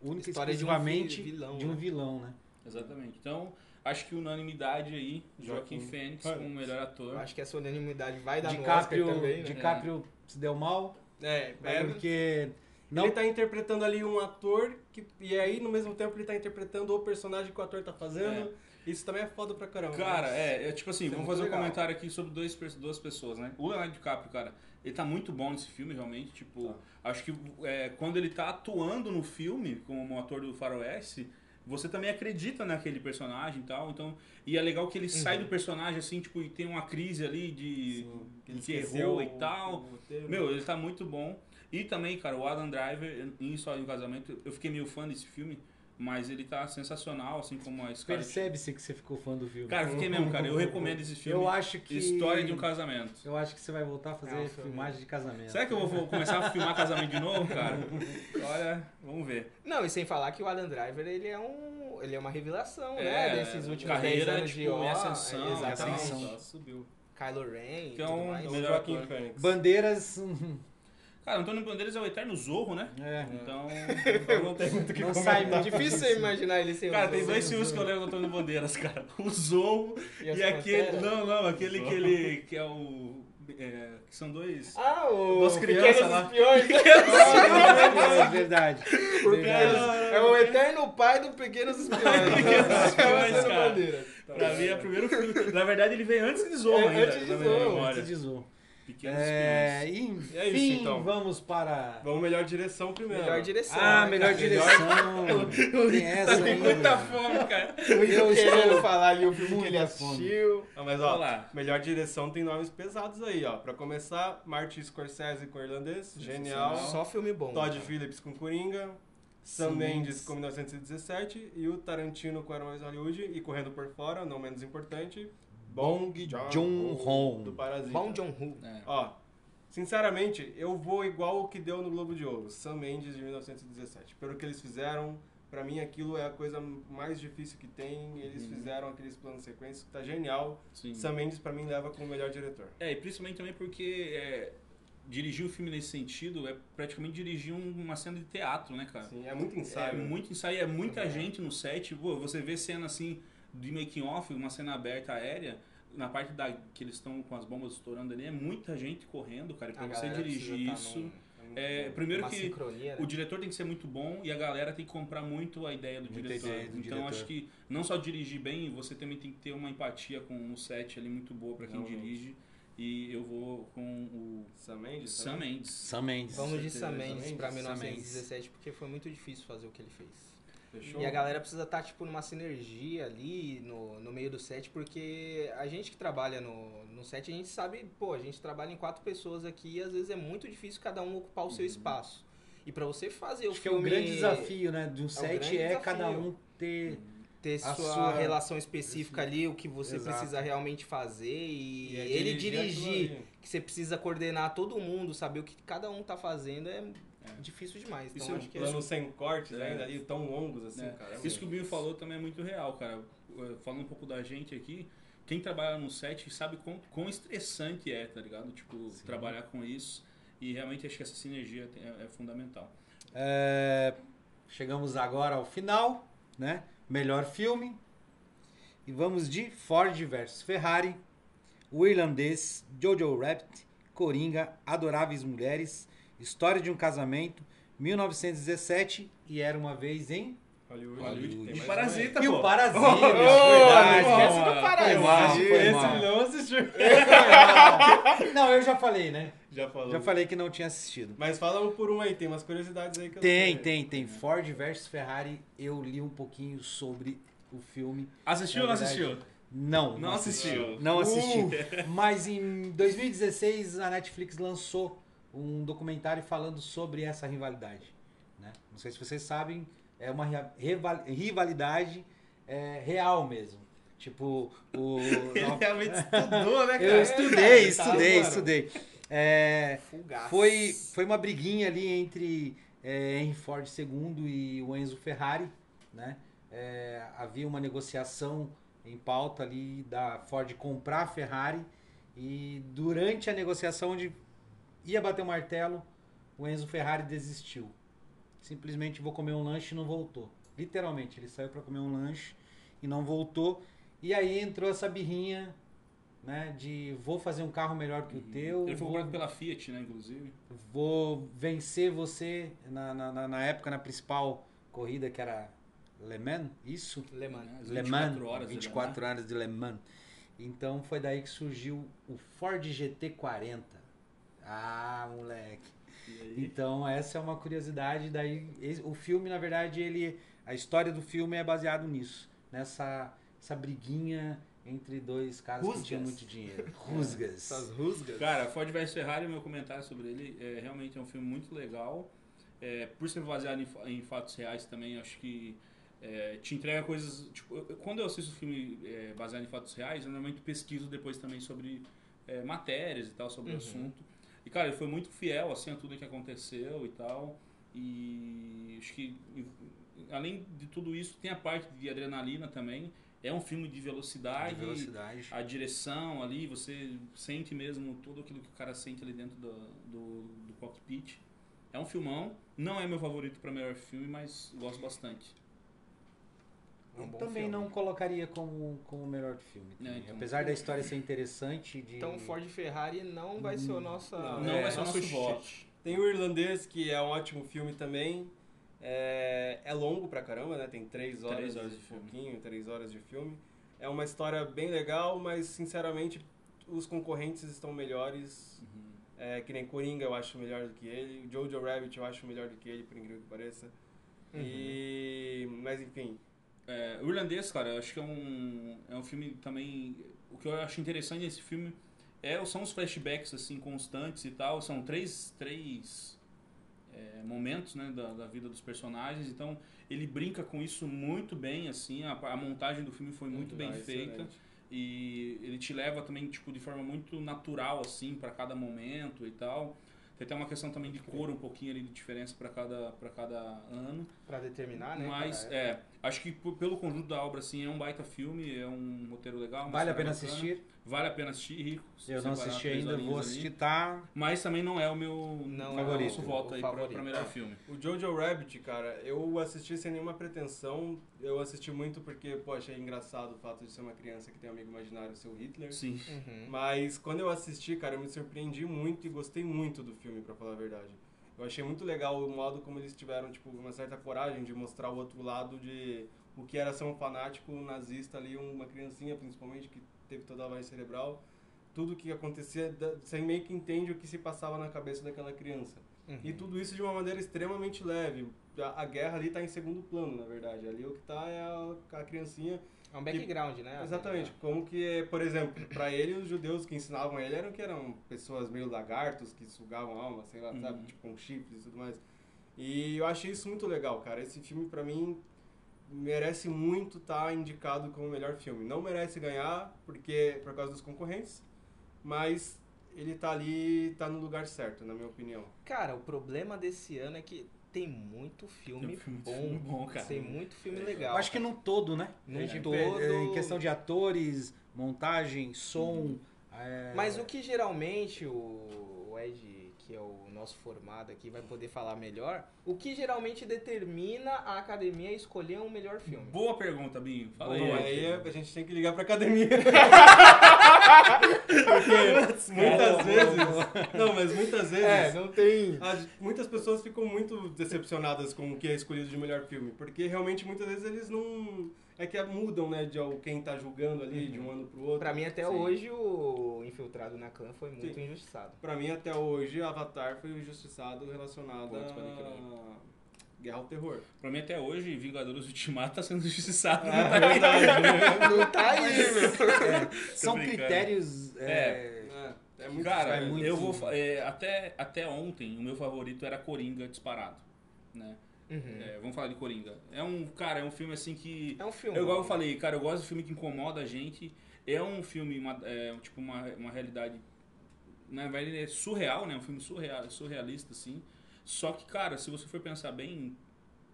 Speaker 5: única e
Speaker 4: História de um
Speaker 5: exclusivamente de um
Speaker 4: vi- vilão,
Speaker 5: vilão,
Speaker 4: né?
Speaker 5: né?
Speaker 3: Exatamente. Então, acho que unanimidade aí, Joaquim,
Speaker 1: Joaquim
Speaker 3: Fênix
Speaker 1: Fênix.
Speaker 3: como melhor
Speaker 4: Eu
Speaker 3: ator.
Speaker 4: acho que essa unanimidade vai dar no
Speaker 5: DiCaprio,
Speaker 4: Oscar também, né?
Speaker 5: DiCaprio se deu mal,
Speaker 1: É, é,
Speaker 5: porque não
Speaker 1: Ele tá interpretando ali um ator, que, e aí no mesmo tempo ele tá interpretando o personagem que o ator tá fazendo. Isso também é foda pra caramba.
Speaker 3: Cara,
Speaker 1: né?
Speaker 3: é, é tipo assim,
Speaker 4: Isso é
Speaker 3: vamos
Speaker 4: muito
Speaker 3: fazer um
Speaker 4: legal.
Speaker 3: comentário aqui sobre dois, pers- duas pessoas, né? O Leonardo DiCaprio, cara, ele tá muito bom nesse filme, realmente. tá Tipo, acho que é, quando ele tá atuando no filme, como um ator do Faroeste, você também acredita naquele personagem e tal. Então, e é legal que ele sai
Speaker 4: Uhum.
Speaker 3: do personagem assim, tipo, e tem uma crise ali de
Speaker 1: Ele
Speaker 3: que
Speaker 1: esqueceu
Speaker 3: errou e
Speaker 1: o-
Speaker 3: tal.
Speaker 1: o roteiro.
Speaker 3: Meu, ele tá muito bom. E também, cara, o Adam Driver, em Só em Casamento, eu fiquei meio fã desse filme, mas ele tá sensacional, assim como a Scarlett.
Speaker 5: Percebe-se que você ficou fã do filme.
Speaker 3: Cara, eu fiquei mesmo, cara. Eu recomendo esse filme.
Speaker 5: eu acho que.
Speaker 3: História de um casamento.
Speaker 5: Eu acho que você vai voltar a fazer
Speaker 4: Nossa,
Speaker 5: filmagem de casamento.
Speaker 3: Será que eu vou começar a filmar casamento de novo, cara? Olha, vamos ver.
Speaker 4: Não, e sem falar que o Adam Driver, ele é um. Ele é uma revelação,
Speaker 3: É,
Speaker 4: né? Desses
Speaker 3: de
Speaker 4: últimos
Speaker 3: carreira,
Speaker 4: 10 anos de
Speaker 3: tipo,
Speaker 4: ó,
Speaker 3: em ascensão,
Speaker 4: é, Exatamente.
Speaker 3: ascensão.
Speaker 1: Nossa, subiu.
Speaker 4: Kylo Ren e
Speaker 3: Que é
Speaker 4: tudo
Speaker 3: um-
Speaker 4: mais.
Speaker 1: Melhor
Speaker 3: Joaquim
Speaker 1: ator. Phoenix.
Speaker 5: Bandeiras. hum,
Speaker 3: Cara, Antônio Bandeiras é o eterno zorro, né?
Speaker 5: É.
Speaker 3: Então.
Speaker 1: Não tem muito o que
Speaker 5: Não
Speaker 1: comentar.
Speaker 5: sai muito
Speaker 4: Difícil você imaginar ele sem
Speaker 3: é tá? Cara, tem dois filmes que eu lembro do Antônio Bandeiras, cara. O Zorro e, aquele. Não, não, aquele que ele. que é o. é, que são dois.
Speaker 4: Ah, o.
Speaker 3: Duas crianças
Speaker 4: Pequenos
Speaker 3: lá.
Speaker 4: Espiões.
Speaker 5: É verdade. verdade.
Speaker 4: É o eterno pai do Pequenos Espiões.
Speaker 3: Pequenos Espiões,
Speaker 4: É o Antônio
Speaker 3: cara.
Speaker 4: Bandeiras.
Speaker 3: Pra mim é o primeiro filme. Na verdade, ele veio antes de Zorro,
Speaker 4: É,
Speaker 3: ainda,
Speaker 4: antes de
Speaker 3: na minha
Speaker 4: Zorro,
Speaker 3: memória.
Speaker 5: Antes de Zorro.
Speaker 3: Pequenos
Speaker 5: É,
Speaker 3: Espiões.
Speaker 5: enfim,
Speaker 1: É isso, então.
Speaker 5: vamos para.
Speaker 1: Vamos melhor direção primeiro.
Speaker 4: Melhor direção.
Speaker 5: Ah,
Speaker 4: né,
Speaker 5: melhor
Speaker 4: cara?
Speaker 5: direção. Tem
Speaker 3: Tá
Speaker 5: essa né?
Speaker 3: com
Speaker 5: ainda.
Speaker 3: muita fome, cara.
Speaker 5: Eu
Speaker 4: Eu querendo
Speaker 5: estou.
Speaker 4: falar ali o filme que ele
Speaker 5: Muita fome.
Speaker 4: assistiu.
Speaker 1: Ah, mas ó,
Speaker 3: Vamos lá.
Speaker 1: melhor direção tem nomes pesados aí, ó. Pra começar, Martin Scorsese com Irlandês, genial.
Speaker 4: Só filme bom.
Speaker 1: Todd
Speaker 4: cara.
Speaker 1: Phillips com Coringa. Sam
Speaker 5: Sim.
Speaker 1: Mendes com 1917 e o Tarantino com Era Mais Hollywood e Correndo por Fora, não menos importante, Bong
Speaker 5: Joon-ho.
Speaker 1: Joon-ho do Parasita.
Speaker 4: Bom John Woo.
Speaker 3: É.
Speaker 1: Ó, sinceramente, eu vou igual o que deu no Globo de Ouro, Sam Mendes de 1917. Pelo que eles fizeram, pra mim aquilo é a coisa mais difícil que tem. Eles fizeram aqueles planos sequência, tá genial.
Speaker 3: Sim.
Speaker 1: Sam Mendes pra mim leva como melhor diretor.
Speaker 3: É, e principalmente também porque é, dirigir um filme nesse sentido é praticamente dirigir um- uma cena de teatro, né, cara?
Speaker 1: Assim, é muito
Speaker 3: É
Speaker 1: ensaio.
Speaker 3: muito ensaio, é muita gente no set. Pô, você vê cena assim de making off, uma cena aberta aérea, na parte da que eles estão com as bombas estourando ali, é muita gente correndo, cara. E pra
Speaker 4: A
Speaker 3: você
Speaker 4: galera
Speaker 3: dirigir
Speaker 4: precisa tá
Speaker 3: isso,
Speaker 4: num-
Speaker 1: muito
Speaker 3: é,
Speaker 1: bom.
Speaker 3: primeiro
Speaker 4: uma
Speaker 3: que
Speaker 4: sincronia, né?
Speaker 3: o diretor tem que ser muito bom e a galera tem que comprar muito a ideia do
Speaker 5: Muita
Speaker 3: diretor.
Speaker 5: ideia do
Speaker 3: então
Speaker 5: diretor.
Speaker 3: acho que não só dirigir bem, você também tem que ter uma empatia com o set ali muito boa pra quem
Speaker 1: Realmente.
Speaker 3: dirige. E eu vou com o
Speaker 1: Sam Mendes?
Speaker 3: Sam Mendes.
Speaker 5: Sam Mendes.
Speaker 4: Vamos de
Speaker 1: certeza,
Speaker 4: Sam Mendes
Speaker 1: Sam
Speaker 4: pra
Speaker 5: Mendes, Sam Mendes.
Speaker 4: 1917, porque foi muito difícil fazer o que ele fez.
Speaker 1: Fechou?
Speaker 4: E a galera precisa estar, tipo, numa sinergia ali no, no meio do set, porque a gente que trabalha no, no set, a gente sabe, pô, a gente trabalha em quatro pessoas aqui e às vezes é muito difícil cada um ocupar o seu espaço. E pra você fazer o
Speaker 5: Acho que é
Speaker 4: filme...
Speaker 5: o grande desafio, né? De um set
Speaker 4: grande
Speaker 5: é cada
Speaker 4: desafio.
Speaker 5: um ter.
Speaker 4: Ter
Speaker 5: A
Speaker 4: sua,
Speaker 5: sua-
Speaker 4: relação específica ali, o que você
Speaker 5: Exato.
Speaker 4: precisa realmente fazer e,
Speaker 1: é
Speaker 4: ele
Speaker 1: aquilo
Speaker 4: dirigir,
Speaker 1: ali.
Speaker 4: que você precisa coordenar todo mundo, saber o que cada um tá fazendo, é, difícil demais. Então
Speaker 3: Isso é um
Speaker 4: acho que é
Speaker 1: Plano sem cortes
Speaker 3: É.
Speaker 1: ainda ali, tão longos assim,
Speaker 3: É.
Speaker 1: cara.
Speaker 3: Isso que o Binho falou também é muito real, cara. Eh, Falando um pouco da gente aqui, quem trabalha no set sabe quão, quão estressante é, tá ligado? Tipo, trabalhar com isso. E realmente acho que essa sinergia tem- é, é fundamental.
Speaker 5: É, chegamos agora ao final, né? Melhor filme. E vamos de Ford versus Ferrari, O Irlandês, Jojo Rabbit, Coringa, Adoráveis Mulheres, História de um Casamento, 1917 e Era Uma Vez em...
Speaker 1: Hollywood.
Speaker 5: Hollywood.
Speaker 1: Tem
Speaker 5: E
Speaker 1: mais
Speaker 3: Parasita,
Speaker 5: E o
Speaker 3: pô.
Speaker 5: Parasita!
Speaker 4: Ah,
Speaker 5: verdade,
Speaker 4: esquece
Speaker 5: cara.
Speaker 4: do Parasita.
Speaker 5: Tá Foi mal,
Speaker 1: uma.
Speaker 5: Ah, foi
Speaker 1: Esse
Speaker 5: mal.
Speaker 1: ele não assistiu.
Speaker 5: Não, eu já falei, né?
Speaker 1: Já falou.
Speaker 5: Já falei que não tinha assistido.
Speaker 1: Mas fala um por um aí, tem umas curiosidades aí que eu
Speaker 5: Tem,
Speaker 1: não sei.
Speaker 5: tem, tem. Ford versus Ferrari, eu li um pouquinho sobre o filme.
Speaker 3: Assistiu ou não
Speaker 5: É verdade.
Speaker 3: assistiu?
Speaker 5: Não,
Speaker 3: Não assistiu.
Speaker 5: Não assisti. Mas em 2016 a Netflix lançou um documentário falando sobre essa rivalidade. né? Não sei se vocês sabem, é uma ria- rival- rivalidade é, real mesmo. Tipo, o.
Speaker 3: Ele realmente estudou, né,
Speaker 5: Eu
Speaker 3: É, cara?
Speaker 5: estudei,
Speaker 4: Tá,
Speaker 5: estudei,
Speaker 4: mano.
Speaker 5: estudei. É,
Speaker 4: Fugaço.
Speaker 5: foi, foi uma briguinha ali entre é, Henry Ford II e o Enzo Ferrari, né? É, havia uma negociação em pauta ali da Ford comprar a Ferrari e durante a negociação onde ia bater o martelo, o Enzo Ferrari desistiu. Simplesmente vou comer um lanche e não voltou. Literalmente, ele saiu para comer um lanche e não voltou. E aí entrou essa birrinha, né, de vou fazer um carro melhor que o teu.
Speaker 3: Ele foi
Speaker 5: vou-
Speaker 3: comprado pela Fiat, né, inclusive.
Speaker 5: vou vencer você na, na, na- na época, na principal corrida que era Le Mans, isso?
Speaker 4: Le Mans.
Speaker 3: né? As
Speaker 5: Le Mans,
Speaker 3: 24 horas de Le Mans.
Speaker 5: 24 horas de Le Mans. Então foi daí que surgiu o Ford GT40. Ah, moleque.
Speaker 3: E aí?
Speaker 5: Então essa é uma curiosidade daí, esse- o filme na verdade ele A história do filme é baseado nisso, nessa essa briguinha entre dois caras que
Speaker 4: Rusgas.
Speaker 5: tinham muito dinheiro.
Speaker 4: Essas
Speaker 5: Rusgas.
Speaker 4: rusgas.
Speaker 3: Cara, Ford vs Ferrari, é meu comentário sobre ele, é, realmente é um filme muito legal. É, por ser baseado em, fa- em fatos reais também, acho que é, te entrega coisas. Tipo, eu- eu- quando eu assisto filme é, baseado em fatos reais, eu normalmente pesquiso depois também sobre é, matérias e tal, sobre o
Speaker 4: Uhum.
Speaker 3: assunto. E cara, ele foi muito fiel assim, a tudo que aconteceu e tal. E acho que, e- além de tudo isso, tem a parte de adrenalina também. É um filme de
Speaker 5: De
Speaker 3: velocidade,
Speaker 5: velocidade.
Speaker 3: a direção ali, você sente mesmo tudo aquilo que o cara sente ali dentro do, do, do cockpit. É um filmão, não é meu favorito para melhor filme, mas gosto bastante.
Speaker 4: É um bom
Speaker 5: também
Speaker 4: filme.
Speaker 5: não colocaria como, como o melhor filme. também.
Speaker 3: É, então.
Speaker 5: Apesar da história ser interessante, de
Speaker 4: Então Ford e Ferrari não vai
Speaker 5: Hum,
Speaker 4: ser o nosso.
Speaker 1: Não,
Speaker 3: Não
Speaker 1: É,
Speaker 3: vai ser o Ah, nosso
Speaker 1: nosso
Speaker 3: voto.
Speaker 1: Tem o Irlandês, que é um ótimo filme também. É, é longo pra caramba, né? Tem três horas,
Speaker 3: Três horas
Speaker 1: e
Speaker 3: de filme.
Speaker 1: pouquinho, três horas de filme. É uma história bem legal, mas sinceramente os concorrentes estão melhores.
Speaker 5: Uhum.
Speaker 1: É, que nem Coringa eu acho melhor do que ele. O Jojo Rabbit eu acho melhor do que ele, por incrível que pareça.
Speaker 5: Uhum.
Speaker 1: E... Mas enfim,
Speaker 3: É, o Irlandês, cara, eu acho que é um, é um filme também. O que eu acho interessante nesse filme é, são os flashbacks assim constantes e tal. São três, três é, momentos né, da, da vida dos personagens. Então ele brinca com isso muito bem. assim A, a montagem do filme foi muito né? bem
Speaker 1: ah,
Speaker 3: feita
Speaker 1: excelente.
Speaker 3: e ele te leva também tipo de forma muito natural assim para cada momento e tal. Tem até uma questão também de cor um pouquinho ali de diferença para cada, pra cada ano.
Speaker 4: Pra
Speaker 5: Ah,
Speaker 4: determinar, né?
Speaker 3: Mas,
Speaker 4: cara?
Speaker 3: é, acho que p- pelo conjunto da obra, assim, é um baita filme, é um roteiro legal. uma
Speaker 5: vale a
Speaker 3: história
Speaker 5: pena
Speaker 3: bacana.
Speaker 5: assistir.
Speaker 3: Vale a pena assistir, Rico. se
Speaker 5: Eu não
Speaker 3: separar
Speaker 5: assisti
Speaker 3: três
Speaker 5: ainda, vou
Speaker 3: horinhas ali.
Speaker 5: assistir, tá?
Speaker 3: Mas também não é o meu
Speaker 4: Não
Speaker 5: é o
Speaker 3: favorito. nosso
Speaker 4: o
Speaker 3: voto aí pra,
Speaker 4: favorito.
Speaker 3: pra melhor filme.
Speaker 1: O Jojo Rabbit, cara, eu assisti sem nenhuma pretensão. Eu assisti muito porque, pô, achei engraçado o fato de ser uma criança que tem um amigo imaginário, seu
Speaker 5: Ah.
Speaker 1: Hitler.
Speaker 3: Sim.
Speaker 4: Uhum.
Speaker 1: Mas quando eu assisti, cara, eu me surpreendi muito e gostei muito do filme, pra falar a verdade. Eu achei muito legal o modo como eles tiveram, tipo, uma certa coragem de mostrar o outro lado de o que era ser um fanático nazista ali, uma criancinha principalmente que teve toda a lavagem cerebral. Tudo que acontecia, da- você meio que entende o que se passava na cabeça daquela criança.
Speaker 4: Uhum.
Speaker 1: E tudo isso de uma maneira extremamente leve. A, a guerra ali tá em segundo plano, na verdade. Ali o que tá é a, a criancinha
Speaker 4: É um background, né?
Speaker 1: Exatamente, como que, por exemplo, pra ele, os judeus que ensinavam ele eram que eram pessoas meio lagartos, que sugavam alma, sei lá, sabe,
Speaker 3: Uhum.
Speaker 1: tipo com chifres e tudo mais. E eu achei isso muito legal, cara. Esse filme, pra mim, merece muito estar indicado como melhor filme. Não merece ganhar, porque por causa dos concorrentes, mas ele tá ali, tá no lugar certo, na minha opinião.
Speaker 4: Cara, o problema desse ano é que tem muito filme
Speaker 3: Tem muito
Speaker 4: bom.
Speaker 3: filme bom, cara.
Speaker 4: Tem muito filme
Speaker 5: Eu
Speaker 4: legal.
Speaker 5: acho que num todo, né?
Speaker 4: Num
Speaker 5: Em-
Speaker 4: todo.
Speaker 5: Em questão de atores, montagem, som. é,
Speaker 4: Mas o que geralmente o o Ed, que é o nosso formado aqui, vai poder falar melhor, o que geralmente determina a academia a escolher um melhor filme?
Speaker 3: Boa pergunta, Binho. Fala
Speaker 1: Bom,
Speaker 3: aí.
Speaker 1: aí a gente tem que ligar pra academia. Porque muitas vezes. Não, mas muitas vezes.
Speaker 3: É,
Speaker 5: É,
Speaker 4: não tem.
Speaker 1: As- Ah, muitas pessoas ficam muito decepcionadas com o que é escolhido de melhor filme, porque realmente muitas vezes eles não. É que mudam, né, de al- quem tá julgando ali de um ano pro outro.
Speaker 4: Pra mim, até
Speaker 1: Sim.
Speaker 4: hoje, o Infiltrado na Clã foi muito
Speaker 1: Sim.
Speaker 4: injustiçado.
Speaker 1: Pra mim, até hoje, Avatar foi o injustiçado relacionado
Speaker 3: Putz, pode
Speaker 1: à guerra ao terror.
Speaker 3: Pra mim, até hoje, Vingadores Ultimato tá sendo injustiçado.
Speaker 5: Ah, é
Speaker 3: não tá
Speaker 4: Não tá aí, meu.
Speaker 5: São
Speaker 3: brincando.
Speaker 5: critérios. é,
Speaker 1: É, é muito
Speaker 3: Cara,
Speaker 1: sério.
Speaker 5: muito-
Speaker 3: eu vou. fa- é, até, até ontem, o meu favorito era Coringa disparado. Né?
Speaker 4: Uhum.
Speaker 3: É, vamos falar de Coringa. É um, cara, é um filme assim que.
Speaker 4: É um filme.
Speaker 3: Eu, igual eu falei, cara, eu gosto de filme que incomoda a gente. É um filme, uma, é, tipo, uma, uma realidade. Na verdade, ele é surreal, né? Um filme surreal, surrealista, assim. Só que, cara, se você for pensar bem,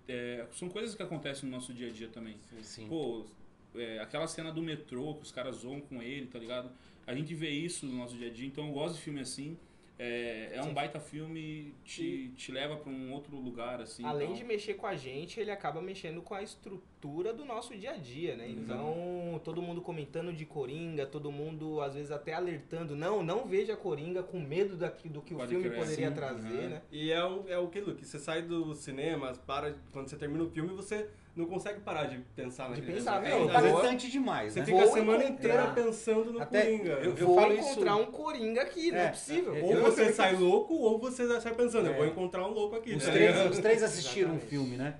Speaker 3: é, são coisas que acontecem no nosso dia a dia também.
Speaker 5: Sim.
Speaker 3: Pô, é, aquela cena do metrô que os caras zoam com ele, tá ligado? A gente vê isso no nosso dia a dia, então eu gosto de filme assim. É, é um baita filme, te, te leva pra um outro lugar, assim.
Speaker 4: Além de
Speaker 3: então.
Speaker 4: mexer com a gente, ele acaba mexendo com a estrutura do nosso dia a dia, né? Então, todo mundo comentando de Coringa, todo mundo às vezes até alertando, não, não veja Coringa com medo daqui, do que o
Speaker 3: Pode
Speaker 4: filme
Speaker 3: crer,
Speaker 4: poderia
Speaker 3: sim,
Speaker 4: trazer,
Speaker 3: uhum.
Speaker 4: né?
Speaker 1: E é o, é o que, Luke? Você sai do cinema, para, quando você termina o filme, você não consegue parar de pensar naquele
Speaker 4: pensar,
Speaker 1: filme.
Speaker 5: É
Speaker 4: meu,
Speaker 1: Às vezes
Speaker 5: impactante demais,
Speaker 1: tá Você
Speaker 5: né?
Speaker 1: fica a
Speaker 4: Vou
Speaker 1: semana
Speaker 4: encontrar-
Speaker 1: inteira pensando no
Speaker 5: Até
Speaker 1: Coringa.
Speaker 5: eu-
Speaker 4: Vou
Speaker 5: falo isso-
Speaker 4: encontrar um Coringa aqui, não
Speaker 5: É,
Speaker 4: é possível.
Speaker 5: é,
Speaker 1: Ou
Speaker 5: eu-
Speaker 1: você sai louco, ou você sai pensando, eu
Speaker 5: É.
Speaker 1: vou encontrar um louco aqui.
Speaker 5: Os
Speaker 1: tá
Speaker 5: três,
Speaker 1: ligado?
Speaker 5: os três assistiram o
Speaker 4: Exatamente.
Speaker 5: filme, né?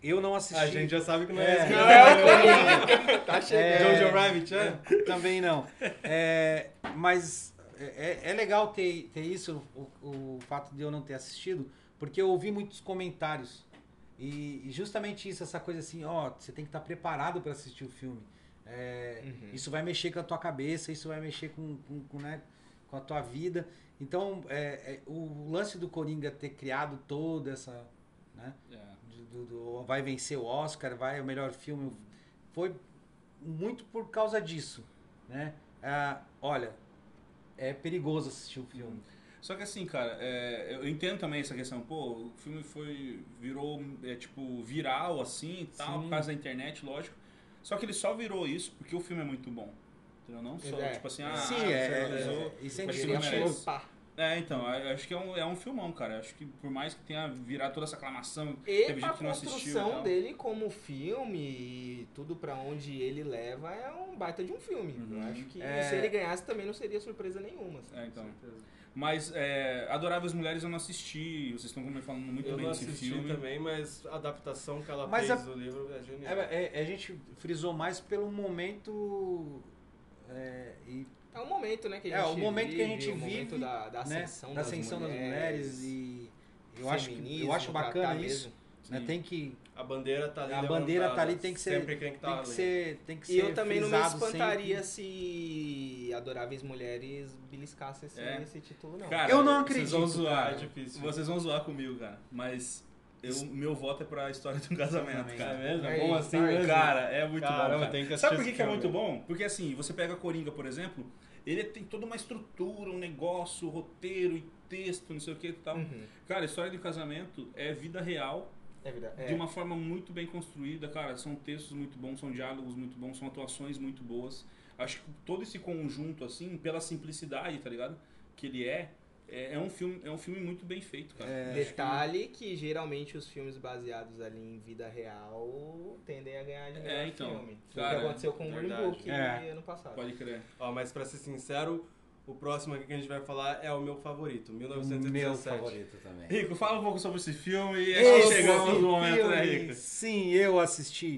Speaker 5: Eu não assisti.
Speaker 1: A gente já sabe que não é,
Speaker 5: É.
Speaker 1: esse. né?
Speaker 5: Não
Speaker 4: Tá
Speaker 5: chegando.
Speaker 1: Jojo Rabbit, é?
Speaker 5: Também não. É, mas é, é- é legal ter, ter isso, o, o fato de eu não ter assistido, porque eu ouvi muitos comentários. E, e justamente isso, essa coisa assim, ó, você tem que estar preparado para assistir o filme. É,
Speaker 4: Uhum.
Speaker 5: Isso vai mexer com a tua cabeça, isso vai mexer com, com, com, né, com a tua vida. Então, é, é, o lance do Coringa ter criado toda essa. Né,
Speaker 3: É.
Speaker 5: do- do- do- vai vencer o Oscar, vai o melhor filme. Foi muito por causa disso, né? Ah, olha, é perigoso assistir o
Speaker 4: Hum.
Speaker 5: filme.
Speaker 3: Só que assim, cara, é, eu entendo também essa questão. Pô, o filme foi virou é, tipo viral assim, e tal,
Speaker 5: Sim.
Speaker 3: por causa da internet, lógico. Só que ele só virou isso porque o filme é muito bom. Entendeu? Não só,
Speaker 4: É.
Speaker 3: tipo assim, ah,
Speaker 5: Sim,
Speaker 3: você
Speaker 5: é,
Speaker 3: valorizou.
Speaker 5: é, isso é
Speaker 3: mas
Speaker 5: incrível.
Speaker 3: esse filme merece.
Speaker 4: Opa.
Speaker 3: É, então, eu acho que é um, é um filmão, cara. Eu Acho que por mais que tenha virado toda essa aclamação, teve
Speaker 4: E a
Speaker 3: gente que não assistiu. e
Speaker 4: construção
Speaker 3: tal.
Speaker 4: dele como filme e tudo pra onde ele leva é um baita de um filme.
Speaker 3: Uhum.
Speaker 4: Eu acho que
Speaker 5: É.
Speaker 4: se ele ganhasse também não seria surpresa nenhuma. assim.
Speaker 3: É, então. Mas é, Adoráveis Mulheres eu não assisti. Vocês estão me falando muito
Speaker 1: Eu
Speaker 3: bem
Speaker 1: não
Speaker 3: desse
Speaker 1: assisti
Speaker 3: filme.
Speaker 1: também, mas a adaptação que ela
Speaker 5: Mas
Speaker 1: fez
Speaker 5: a-
Speaker 1: do livro é
Speaker 5: É,
Speaker 1: genial.
Speaker 5: é, a gente frisou mais pelo momento é, e
Speaker 4: É o momento, né, que a
Speaker 5: É,
Speaker 4: gente
Speaker 5: o momento que a gente
Speaker 4: o momento
Speaker 5: vive,
Speaker 4: da, da
Speaker 5: né,
Speaker 4: ascensão,
Speaker 5: da
Speaker 4: das,
Speaker 5: ascensão das
Speaker 4: mulheres,
Speaker 5: mulheres e eu acho que, eu acho
Speaker 4: feminismo,
Speaker 5: bacana
Speaker 4: tratar
Speaker 5: isso.
Speaker 4: mesmo.
Speaker 5: né?
Speaker 3: Sim.
Speaker 5: Tem que
Speaker 1: A bandeira tá ali
Speaker 5: A bandeira tá ali,
Speaker 1: levantada,
Speaker 5: tem que ser-
Speaker 1: Sempre tem que estar
Speaker 3: Tá,
Speaker 5: tem que
Speaker 1: ali.
Speaker 5: ser tem que
Speaker 4: E
Speaker 5: ser
Speaker 4: eu também não me
Speaker 5: frisado
Speaker 4: espantaria
Speaker 5: sempre.
Speaker 4: se Adoráveis Mulheres beliscasse esse,
Speaker 3: É.
Speaker 4: esse título, não.
Speaker 3: Cara,
Speaker 5: Eu não
Speaker 3: Vocês vão
Speaker 5: acredito,
Speaker 3: zoar.
Speaker 1: É difícil.
Speaker 3: Vocês vão zoar comigo, cara. Mas eu, meu voto é pra história de um casamento,
Speaker 5: Também.
Speaker 1: É
Speaker 3: cara.
Speaker 1: mesmo? É
Speaker 4: É
Speaker 1: bom
Speaker 4: isso,
Speaker 1: assim
Speaker 4: tá,
Speaker 1: mesmo?
Speaker 3: Cara, é muito
Speaker 1: Caramba,
Speaker 3: bom. Cara.
Speaker 1: tem que
Speaker 3: Sabe
Speaker 1: assistir
Speaker 3: por que,
Speaker 1: esse
Speaker 3: que é
Speaker 1: filme.
Speaker 3: muito bom? Porque assim, você pega Coringa, por exemplo, ele tem toda uma estrutura, um negócio, roteiro e texto, não sei o que e tal.
Speaker 1: Hum.
Speaker 4: Uhum.
Speaker 3: Cara, a história de um casamento é vida real
Speaker 4: É verdade.
Speaker 3: de
Speaker 4: É.
Speaker 3: uma forma muito bem construída, cara. São textos muito bons, são diálogos muito bons, são atuações muito boas. Acho que todo esse conjunto, assim, pela simplicidade, tá ligado? Que ele é, é, é um, filme, é um filme muito bem feito, cara.
Speaker 5: É,
Speaker 4: Detalhe que geralmente os filmes baseados ali em vida real tendem a ganhar de melhor
Speaker 3: É, então.
Speaker 4: filme. o
Speaker 3: Cara,
Speaker 4: que aconteceu com o Green
Speaker 1: verdade.
Speaker 4: Book
Speaker 5: É.
Speaker 4: ano passado.
Speaker 3: Pode crer.
Speaker 1: Ó, mas pra ser sincero, o próximo aqui que a gente vai falar é o meu favorito,
Speaker 5: meu
Speaker 1: 1917.
Speaker 5: favorito também.
Speaker 3: Rico, fala um pouco sobre esse filme e é aí
Speaker 5: Esse
Speaker 3: chegamos
Speaker 5: um filme,
Speaker 3: no momento, né, Rico?
Speaker 5: Sim, eu assisti.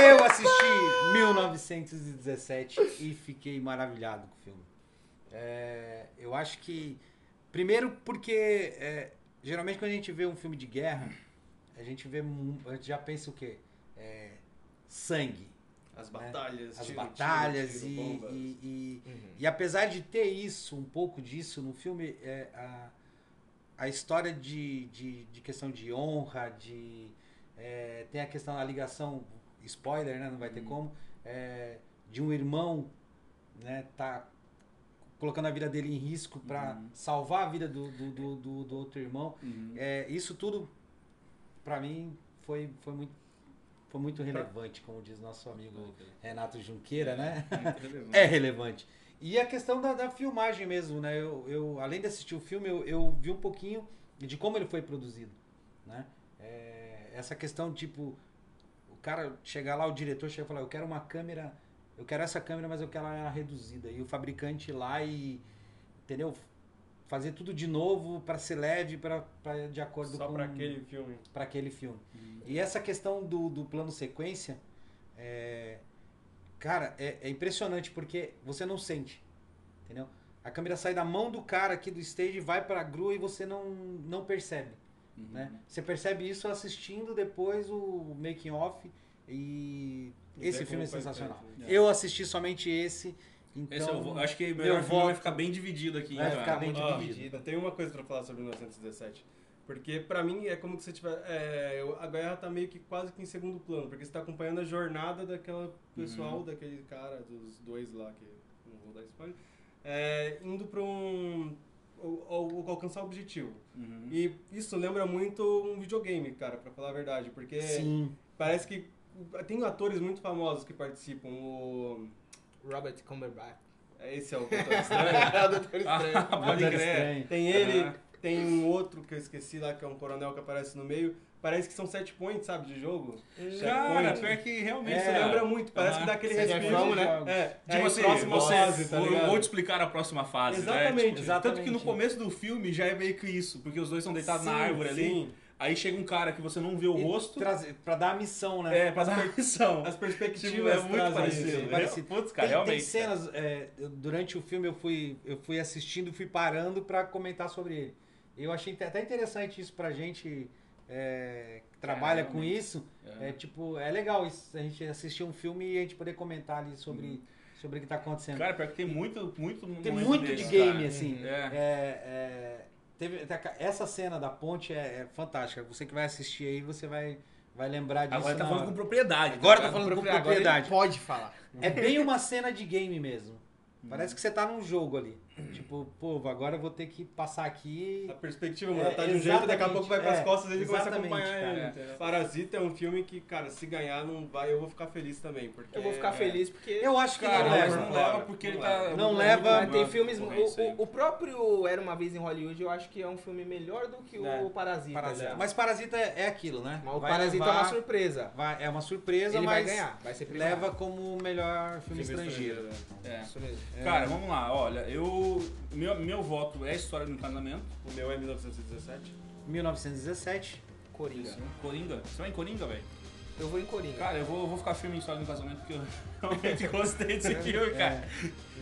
Speaker 5: Eu assisti 1917 e fiquei maravilhado com o filme. É, eu acho que. Primeiro porque é, geralmente quando a gente vê um filme de guerra, a gente vê. mu- A gente já pensa o quê? É, sangue.
Speaker 1: As batalhas,
Speaker 5: É. As
Speaker 1: tiro,
Speaker 5: batalhas
Speaker 1: tiro, tiro,
Speaker 5: e-
Speaker 1: bomba.
Speaker 5: e- e
Speaker 4: Uhum.
Speaker 5: e apesar de ter isso, um pouco disso no filme, é, a, a história de, de, de questão de honra, de é, tem a questão da ligação, spoiler, né? Não vai ter como, é, de um irmão, né? Tá colocando a vida dele em risco para salvar a vida do, do, do, do- do outro irmão.
Speaker 3: Uhum.
Speaker 5: É, isso tudo, para mim, foi, foi muito foi
Speaker 1: Tá.
Speaker 5: muito relevante, como diz nosso amigo Renato Junqueira, né? É relevante. E a questão da, da filmagem mesmo, né? Eu, eu, além de assistir o filme, eu, eu vi um pouquinho de como ele foi produzido, né? É, essa questão, tipo, o cara chegar lá, o diretor chega e falar, eu quero uma câmera, eu quero essa câmera, mas eu quero ela reduzida. E o fabricante ir lá e, entendeu? Fazer tudo de novo para ser leve, para de acordo
Speaker 1: Só
Speaker 5: com
Speaker 1: pra aquele filme.
Speaker 5: para aquele filme. E essa questão do, do plano sequência, é, cara, é, é impressionante porque você não sente, entendeu? A câmera sai da mão do cara aqui do stage, vai para a grua e você não, não percebe,
Speaker 3: Uhum.
Speaker 5: né? Você percebe isso assistindo depois o making off e
Speaker 1: E
Speaker 5: esse
Speaker 1: vê
Speaker 5: filme é
Speaker 1: como foi
Speaker 5: sensacional.
Speaker 1: feito,
Speaker 3: né?
Speaker 5: Eu assisti somente esse, então
Speaker 3: Esse eu vou- acho que o
Speaker 5: eu
Speaker 3: melhor filme
Speaker 5: voto-
Speaker 3: vai ficar bem dividido aqui, hein,
Speaker 5: Vai
Speaker 3: cara?
Speaker 5: ficar bem
Speaker 1: Ó,
Speaker 5: dividido.
Speaker 1: eu tenho uma coisa pra falar sobre 1917. Porque pra mim é como que você tiver. é, eu- a guerra tá meio que quase que em segundo plano, porque você tá acompanhando a jornada daquela pessoal, daquele cara, dos dois lá, que não vou dar spoiler, é, indo pra um. ou- ou alcançar o objetivo.
Speaker 3: Uhum.
Speaker 1: E isso lembra muito um videogame, cara, pra falar a verdade, porque
Speaker 5: Sim,
Speaker 1: parece que tem atores muito famosos que participam. O,
Speaker 4: Robert Cumberbatch.
Speaker 1: esse é o Doutor Estranho.
Speaker 4: É o Doutor Estranho.
Speaker 3: Ah, pode
Speaker 5: Doutor
Speaker 3: crer.
Speaker 5: Estranho.
Speaker 1: Tem ele,
Speaker 3: Aham.
Speaker 1: tem um outro que eu esqueci lá, que é um coronel que aparece no meio. Parece que são set points, sabe, de jogo. Set
Speaker 3: Cara,
Speaker 1: point.
Speaker 3: pior que realmente né?
Speaker 5: É.
Speaker 1: Isso lembra muito, parece
Speaker 3: Aham.
Speaker 1: que dá aquele
Speaker 5: Set
Speaker 1: respiro,
Speaker 5: point,
Speaker 1: né?
Speaker 5: jogos.
Speaker 1: É,
Speaker 3: De
Speaker 1: aí
Speaker 3: você,
Speaker 1: próxima
Speaker 3: Tipo assim, você
Speaker 1: fase, tá
Speaker 3: vou,
Speaker 1: ligado?
Speaker 3: vou te explicar a próxima fase, né?
Speaker 1: Exatamente.
Speaker 3: Tipo, Tanto que no
Speaker 5: Exatamente.
Speaker 3: começo do filme já é meio que isso, porque os dois estão deitados na
Speaker 1: Sim,
Speaker 3: árvore ali.
Speaker 1: sim.
Speaker 3: Aí chega um cara que você não vê o rosto.
Speaker 5: Trazer, pra dar a missão, né?
Speaker 3: É, pra dar uma missão.
Speaker 1: As perspectivas
Speaker 3: Tipo, é muito
Speaker 1: trazem
Speaker 3: parecido.
Speaker 1: isso.
Speaker 3: né?
Speaker 5: parecido.
Speaker 3: Putz, cara,
Speaker 5: tem,
Speaker 3: realmente.
Speaker 5: tem cenas, é, eu- durante o filme eu fui, eu fui assistindo, fui parando pra comentar sobre ele. Eu achei até interessante isso pra gente é, que trabalha com
Speaker 3: realmente.
Speaker 5: isso.
Speaker 3: cara.
Speaker 5: É. tipo, é legal isso, a gente assistir um filme e a gente poder comentar ali sobre,
Speaker 3: Uhum.
Speaker 5: sobre o que tá acontecendo.
Speaker 3: Cara, pior que tem muito, muito
Speaker 5: Tem
Speaker 3: momento
Speaker 5: muito de
Speaker 3: desse,
Speaker 5: game,
Speaker 3: cara.
Speaker 5: assim.
Speaker 3: É.
Speaker 5: É, é, teve- tá- essa cena da ponte é, é fantástica. Você que vai assistir aí, você vai, vai lembrar disso.
Speaker 3: Agora tá
Speaker 5: na
Speaker 3: falando
Speaker 5: hora.
Speaker 3: com propriedade.
Speaker 5: Agora
Speaker 3: cara.
Speaker 5: tá falando com
Speaker 4: Agora ele
Speaker 5: propriedade.
Speaker 4: pode falar.
Speaker 5: É bem uma cena de game mesmo. Parece que você tá num jogo ali. Tipo, pô, agora eu vou ter que passar aqui.
Speaker 1: A perspectiva muda,
Speaker 5: É,
Speaker 1: tá de um jeito, daqui a
Speaker 5: exatamente,
Speaker 1: pouco vai pras
Speaker 5: é,
Speaker 1: costas e ele começa a
Speaker 5: exatamente,
Speaker 1: acompanhar
Speaker 5: cara,
Speaker 1: ele.
Speaker 5: é.
Speaker 1: entendeu? Parasita é um filme que, cara, se ganhar não vai, eu vou ficar feliz também, porque...
Speaker 4: Eu vou ficar
Speaker 3: É.
Speaker 4: feliz porque.
Speaker 5: Eu acho que
Speaker 3: Cara,
Speaker 5: não é
Speaker 4: é
Speaker 3: mas
Speaker 5: leva.
Speaker 3: não leva porque ele tá.
Speaker 5: Não
Speaker 3: é
Speaker 5: leva,
Speaker 3: muito
Speaker 5: mas
Speaker 4: Mas tem
Speaker 3: grande
Speaker 4: filmes.
Speaker 3: concorrência aí.
Speaker 4: O, o próprio Era Uma Vez em Hollywood eu acho que é um filme melhor do que
Speaker 1: É.
Speaker 4: o Parasita.
Speaker 5: Parasita.
Speaker 4: né?
Speaker 5: Mas Parasita é é aquilo, né?
Speaker 4: Mas o
Speaker 5: Vai
Speaker 4: Parasita é
Speaker 5: levar-
Speaker 4: uma surpresa.
Speaker 5: vai- é uma surpresa,
Speaker 4: Ele vai
Speaker 5: mas
Speaker 4: ganhar, vai ser premiado.
Speaker 5: leva como o melhor filme, estrangeiro.
Speaker 3: É.
Speaker 4: Isso mesmo.
Speaker 3: Cara, vamos lá, olha, eu. Meu, meu voto é a história do casamento.
Speaker 1: O meu é 1917.
Speaker 5: é. 1917.
Speaker 4: Coringa.
Speaker 3: Coringa. Você vai em Coringa, velho?
Speaker 4: Eu vou em Coringa.
Speaker 3: Cara, eu vou, eu vou ficar firme em história do casamento porque eu realmente gostei desse filme, cara.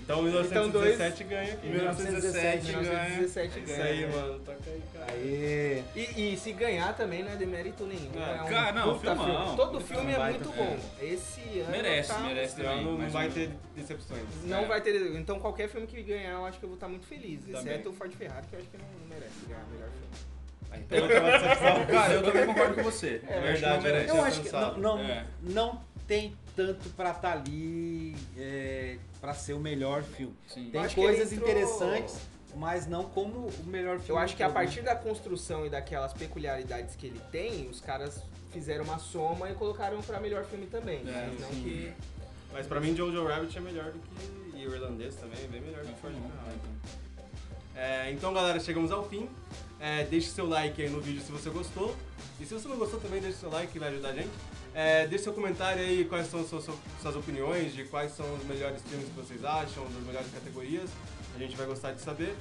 Speaker 1: Então
Speaker 4: Então, dois-
Speaker 1: 1917 ganha aqui.
Speaker 5: né?
Speaker 3: 1917 ganha.
Speaker 4: 1917
Speaker 1: Isso
Speaker 4: ganha.
Speaker 5: É
Speaker 1: aí, mano. Toca aí, cara.
Speaker 5: Aí.
Speaker 4: E, e se ganhar também não é demérito nenhum.
Speaker 1: É.
Speaker 4: É um
Speaker 3: Cara, não,
Speaker 4: puta
Speaker 3: filmão.
Speaker 4: filme. Todo
Speaker 3: Puta
Speaker 4: filme
Speaker 5: filme,
Speaker 4: é
Speaker 5: baita
Speaker 4: muito
Speaker 5: filme.
Speaker 4: bom. Esse ano
Speaker 3: Merece,
Speaker 4: tá-
Speaker 3: merece
Speaker 1: Esse ano
Speaker 3: também.
Speaker 1: não
Speaker 3: mais
Speaker 1: vai
Speaker 3: um-
Speaker 1: ter decepções.
Speaker 4: Não
Speaker 3: É.
Speaker 4: vai ter. Então qualquer filme que ganhar, eu acho que eu vou estar muito feliz. Exceto o Ford Ferrari, que eu acho que não, não merece ganhar o melhor filme.
Speaker 3: Ah, então eu tava decepcionado. Cara, eu também concordo com você.
Speaker 1: É
Speaker 3: Eu acho que não
Speaker 1: verdade,
Speaker 3: merece.
Speaker 1: né?
Speaker 5: Eu acho que não,
Speaker 1: cansado.
Speaker 5: não,
Speaker 3: É.
Speaker 5: não tem tanto pra estar ali é, pra ser o melhor filme.
Speaker 3: Sim.
Speaker 5: Tem
Speaker 4: acho que ele
Speaker 5: coisas
Speaker 4: entrou-
Speaker 5: interessantes, mas não como o melhor
Speaker 4: Eu
Speaker 5: filme.
Speaker 4: acho que a
Speaker 5: todo, né?
Speaker 4: partir da construção e daquelas peculiaridades que ele tem, os caras fizeram uma soma e colocaram pra melhor filme também.
Speaker 3: É,
Speaker 4: mas não
Speaker 3: sim.
Speaker 4: que.
Speaker 1: Mas pra mim, Jojo Rabbit é melhor do que. E o irlandês também é bem melhor do que Ford Ferrari. É, então, galera, chegamos ao fim. É, deixe seu like aí no vídeo se você gostou. E se você não gostou também, deixe seu like, vai ajudar a gente. É, deixe seu comentário aí quais são as suas, suas opiniões, de quais são os melhores filmes que vocês acham, das melhores categorias. A gente vai gostar de saber.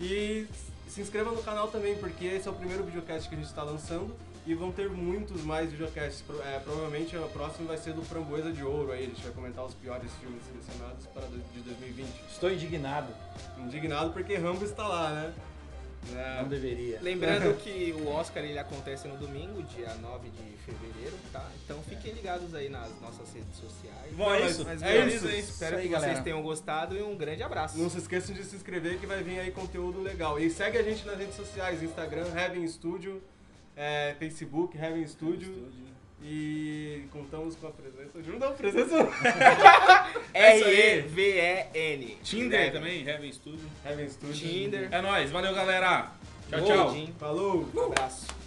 Speaker 1: E se inscreva no canal também, porque esse é o primeiro videocast que a gente está lançando. E vão ter muitos mais videocasts. Pro- é, provavelmente o próximo vai ser do Framboesa de Ouro aí. A gente vai comentar os piores filmes selecionados para do- de 2020.
Speaker 5: Estou indignado.
Speaker 1: Indignado porque Rambo está lá, né?
Speaker 5: Não
Speaker 1: É,
Speaker 5: deveria.
Speaker 4: Lembrando que o Oscar ele acontece no domingo, dia 9 de fevereiro, tá? Então fiquem ligados aí nas nossas redes sociais.
Speaker 3: Bom, é isso.
Speaker 4: Mas,
Speaker 1: É
Speaker 4: é
Speaker 1: isso,
Speaker 4: isso,
Speaker 1: é isso.
Speaker 4: Espero
Speaker 5: Isso aí,
Speaker 4: que vocês
Speaker 5: galera.
Speaker 4: tenham gostado e um grande abraço.
Speaker 1: não se esqueçam de se inscrever que vai vir aí conteúdo legal. E segue a gente nas redes sociais, Instagram, Heaven Studio, é, Facebook, Heaven Studio. E contamos com a presença. Juro, não, presença.
Speaker 4: É R-E-V-E-N.
Speaker 3: É Tinder também, Heaven Studio.
Speaker 1: Heaven Studio.
Speaker 4: Né? Tinder.
Speaker 3: É nóis, valeu galera. Tchau,
Speaker 4: Gol,
Speaker 3: tchau.
Speaker 4: Jim.
Speaker 1: Falou!
Speaker 4: Um abraço.